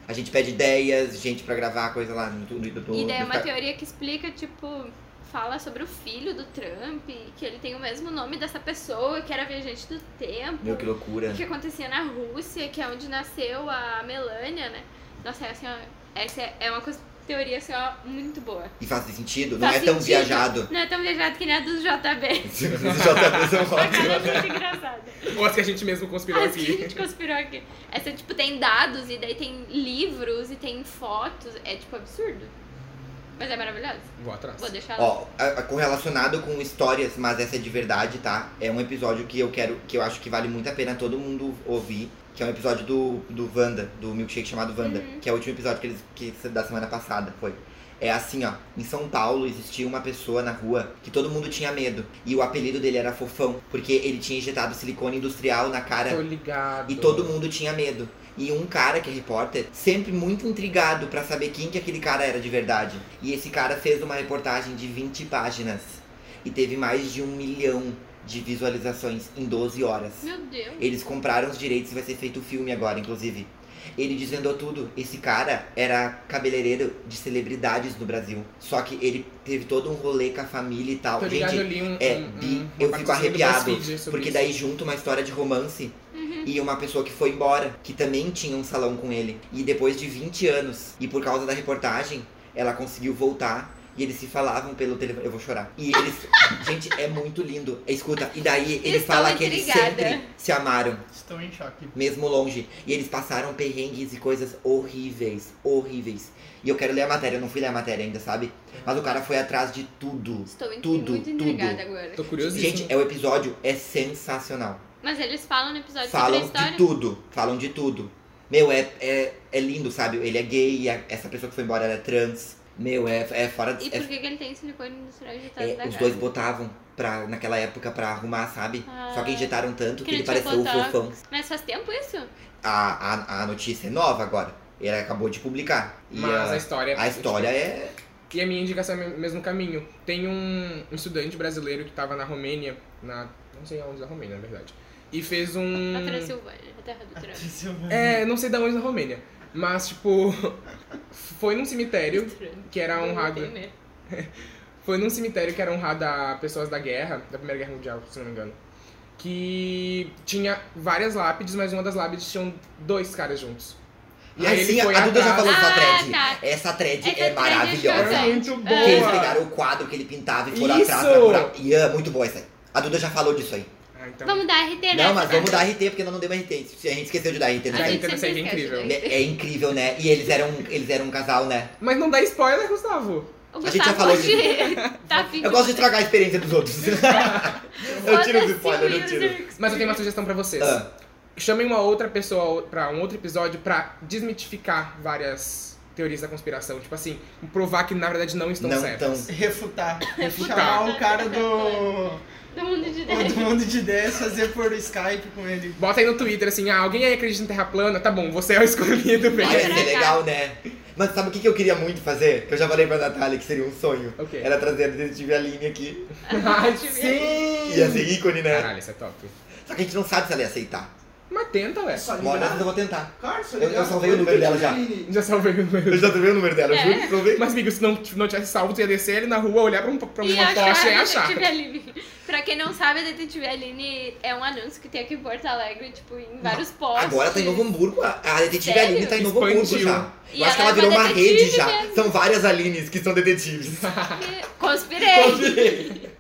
B: A gente pede ideias, gente pra gravar coisa lá no Twitter. No,
A: E daí é
B: no
A: uma
B: Instagram.
A: teoria que explica, tipo, fala sobre o filho do Trump, e que ele tem o mesmo nome dessa pessoa, que era viajante do tempo.
B: Meu, que loucura.
A: o que acontecia na Rússia, que é onde nasceu a Melania, né? Nossa, é assim, ó, essa é uma cos- teoria assim, ó, muito boa.
B: E faz sentido? Não é
A: Faz
B: tão
A: sentido.
B: viajado. tá
A: Não é tão viajado que nem a dos JB.
B: Os JBs são
A: Cara,
B: ótimos.
A: muito engraçada.
C: Ou as que a gente mesmo conspirou
A: As que a
C: aqui.
A: gente conspirou aqui. Essa, tipo, tem dados, e daí tem livros, e tem fotos. É, tipo, absurdo. Mas é maravilhoso.
C: Vou atrás.
A: Vou deixar lá.
B: Ó, a- a- correlacionado com histórias, mas essa é de verdade, tá? É um episódio que eu quero, que eu acho que vale muito a pena todo mundo ouvir, que é um episódio do, do Wanda, do milkshake chamado Wanda, que é o último episódio que eles que da semana passada, foi. É assim, ó, em São Paulo existia uma pessoa na rua que todo mundo tinha medo, e o apelido dele era Fofão, porque ele tinha injetado silicone industrial na cara
C: Tô ligado.
B: e todo mundo tinha medo. E um cara que é repórter, sempre muito intrigado pra saber quem que aquele cara era de verdade. E esse cara fez uma reportagem de 20 páginas e teve mais de um milhão de visualizações em 12 horas.
A: Meu Deus.
B: Eles compraram os direitos e vai ser feito o filme agora, inclusive. Ele desvendou tudo. Esse cara era cabeleireiro de celebridades no Brasil. Só que ele teve todo um rolê com a família e tal.
C: Tô ligado, eu
B: Gente,
C: li um.
B: é
C: um-
B: bi-
C: um- uma
B: eu fico
C: partezinha do
B: arrepiado,
C: BuzzFeed sobre
B: porque
C: isso.
B: daí junto uma história de romance
A: Uhum.
B: e uma pessoa que foi embora, que também tinha um salão com ele. E depois de 20 anos, e por causa da reportagem, ela conseguiu voltar. E eles se falavam pelo telefone. Eu vou chorar. E eles. Gente, é muito lindo. Escuta, e daí ele
A: Estou
B: fala que eles
A: intrigada.
B: sempre se amaram,
D: Estão em choque.
B: mesmo longe. E eles passaram perrengues e coisas horríveis, horríveis. E eu quero ler a matéria, eu não fui ler a matéria ainda, sabe? Mas o cara foi atrás de tudo.
A: Estou in-
B: Tudo,
A: muito
B: tudo.
A: intrigada agora.
C: Tô curioso.
B: Gente, é o episódio é sensacional.
A: Mas eles falam no episódio sobre a
B: falam
A: história.
B: de tudo, falam de tudo. Meu, é, é, é lindo, sabe? Ele é gay, a- essa pessoa que foi embora era trans. Meu, é, é fora
A: E
B: de.
A: por que, que ele tem silicone industrial injetado
B: é-
A: na
B: os
A: cara?
B: dois botavam pra, naquela época pra arrumar, sabe?
A: Ah.
B: Só que injetaram tanto que,
A: Que
B: ele
A: ele tinha
B: pareceu o
A: botox.
B: fofão.
A: Mas faz tempo isso?
B: A, a, a notícia é nova agora. Ele acabou de publicar. E
C: Mas a
B: a,
C: história.
B: a história é.
C: E a minha indicação é o mesmo caminho. Tem um, um estudante brasileiro que tava na Romênia, na. não sei aonde da Romênia, na verdade. E fez um.
A: Na Transilvânia, na
C: Ah,
A: terra do Trump.
C: É, não sei da onde da Romênia. Mas, tipo. foi num cemitério
A: Trump.
C: que era
A: Eu
C: honrado.
A: tenho medo.
C: Foi num cemitério que era honrado a pessoas da guerra, da Primeira Guerra Mundial, se não me engano. Que tinha várias lápides, mas uma das lápides tinham dois caras juntos. E
B: Ai,
C: aí ele
B: Ah, sim,
C: foi
B: a Duda já
C: atrás-
B: falou essa
A: Ah,
B: thread.
A: tá.
B: Essa thread
A: Essa
B: é
A: thread é né?
B: maravilhosa.
A: chocante.
C: É muito boa!
B: que eles pegaram o quadro que ele pintava e foram atrás pra
C: Isso!
B: curar. E é muito boa essa aí. A Duda já falou disso aí.
C: Ah, então.
A: Vamos dar RT nessa,
B: Não, mas
A: tá?
B: vamos dar RT, porque nós não demos RT. Se A gente esqueceu de dar RT.
A: A
C: Daí
B: Né?
A: gente
C: então,
A: sempre
C: isso aí é
A: esquece,
C: incrível.
A: né?
B: É incrível, né? E eles eram, eles eram um casal, né?
C: Mas não dá spoiler, Gustavo.
A: O
B: A gente já
A: Gustavo
B: falou
A: hoje tá afim
B: Eu gosto de tragar a experiência dos outros. eu tiro os
A: Foda-se
B: spoilers,
A: o
B: eu tiro.
A: user
C: Mas eu tenho uma sugestão pra vocês.
B: Ah,
C: chamem uma outra pessoa pra um outro episódio pra desmitificar várias teorias da conspiração. Tipo assim, provar que na verdade não estão
B: não tão.
C: certas.
D: Refutar.
A: Refutar.
D: Chamar o cara do.
A: Do mundo de
D: do
A: 10.
D: mundo de ideias, fazer por Skype com ele.
C: Bota aí no Twitter assim, ah, alguém aí acredita em terra plana? Tá bom, você é o escolhido,
B: Ah,
C: velho.
A: Olha.
B: ia
A: pra
B: ser
A: cá.
B: legal, né? Mas sabe o que que eu queria muito fazer? Que eu já falei pra Natália que seria um sonho.
C: O quê?
B: Era trazer a detetive Aline aqui.
C: Ai, sim!
A: assim,
B: Ia ser ícone, né?
C: Caralho, isso é top.
B: Só que a gente não sabe se ela ia aceitar.
C: Mas tenta, ué.
D: Só
B: Uma hora
D: ligar.
B: dessas eu vou tentar.
D: Cara, só
B: É, Eu- eu
D: ligar.
B: salvei o número dela já.
D: Aline.
C: Já salvei o número.
B: Eu já trovei o número dela, eu
A: É?
B: juro que trovei.
C: Mas, amigo, se não, não tivesse salvo, tu ia descer ali na rua, olhar pra, um, pra
A: E
C: uma
A: achar
C: tocha e
A: a
C: achar.
A: Detetive Aline. pra quem não sabe, a Detetive Aline é um anúncio que tem aqui em Porto Alegre, tipo, em vários postos.
B: Agora tá em Novo Hamburgo, a a detetive
A: Sério?
B: Aline tá em Novo Hamburgo
C: Expandiu.
B: já.
A: E
B: Eu acho que
A: ela
B: ela
A: é
B: virou
A: uma
B: uma
A: detetive
B: rede já.
A: mesmo.
B: São várias Alines que são detetives.
A: Conspirei.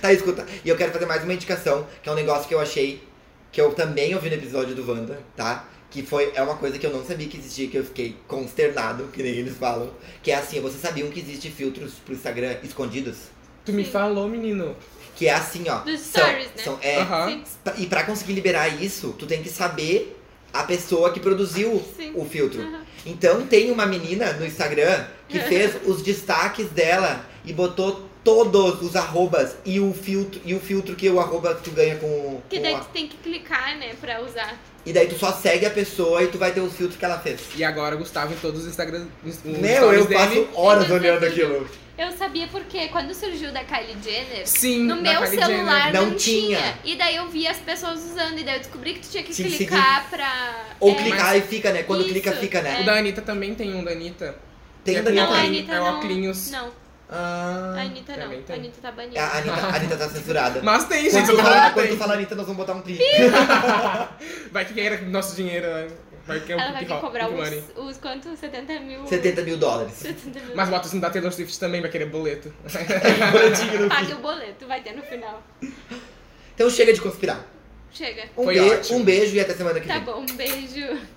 B: tá, escuta. E eu quero fazer mais uma indicação, que é um negócio que eu achei, que eu também ouvi no episódio do Wanda, tá? Que foi, é uma coisa que eu não sabia que existia, que eu fiquei consternado, que nem eles falam. Que é assim, vocês sabiam que existe filtros pro Instagram escondidos?
C: Tu me
A: Sim.
C: falou, menino.
B: Que é assim, ó.
A: Dos
B: são-
A: stories, né?
B: são- é,
C: Aham.
A: Sim.
B: Pra- E pra conseguir liberar isso, tu tem que saber a pessoa que produziu
A: Sim.
B: o filtro.
A: Aham.
B: Então tem uma menina no Instagram que fez os destaques dela e botou todos os arrobas e o filtro e o filtro que o arroba tu ganha com,
A: Que
B: com
A: daí
B: a-
A: tu tem que clicar, né, pra usar.
B: e daí tu só segue a pessoa e tu vai ter os filtros que ela fez.
C: E agora, o Gustavo, em todos os Instagram. os
B: Meu,
C: stories
B: eu
C: dele.
B: passo horas olhando aquilo.
A: Eu sabia porque quando surgiu da Kylie Jenner,
C: Sim,
A: no
C: da
A: meu
C: Kylie
A: celular
C: Jenner.
B: Não
A: não, tinha.
B: tinha.
A: E daí eu vi as pessoas usando, e daí eu descobri que tu tinha que
B: Tinha que
A: clicar pra.
B: Ou
A: É,
B: clicar e fica, né? Quando
A: Isso,
B: clica, fica,
A: é.
B: né?
C: O da Anitta também tem um da Anitta.
B: Tem um
C: É
B: o
C: com
B: Daniel
A: Não, a
B: também.
A: Anitta
C: É o
A: não.
C: óculos.
A: Não, a
B: Ah,
A: Anitta
C: também
A: não. A
C: tem.
A: Anitta tá banida.
B: a Anitta, a Anitta tá censurada.
C: Mas é tem, gente.
B: Quando tu
C: lá
B: fala,
C: tem.
B: quando tu fala Anitta, nós vamos botar um clipe.
C: Vai que era nosso dinheiro. né? Vai que é um
A: Ela vai
C: big
A: querer
C: ho-
A: cobrar
C: big
A: os,
C: money.
A: os quanto? 70 mil.
B: 70 mil dólares.
A: 70 mil.
C: Mas bota assim da Taylor Swift também, vai querer boleto.
B: Boletinho no fim.
A: Paga o boleto, vai ter no final.
B: Então chega de conspirar.
A: Chega.
B: Um,
C: Foi
B: be-
C: ótimo.
B: um beijo e até semana que
A: Tá
B: vem.
A: bom, um beijo.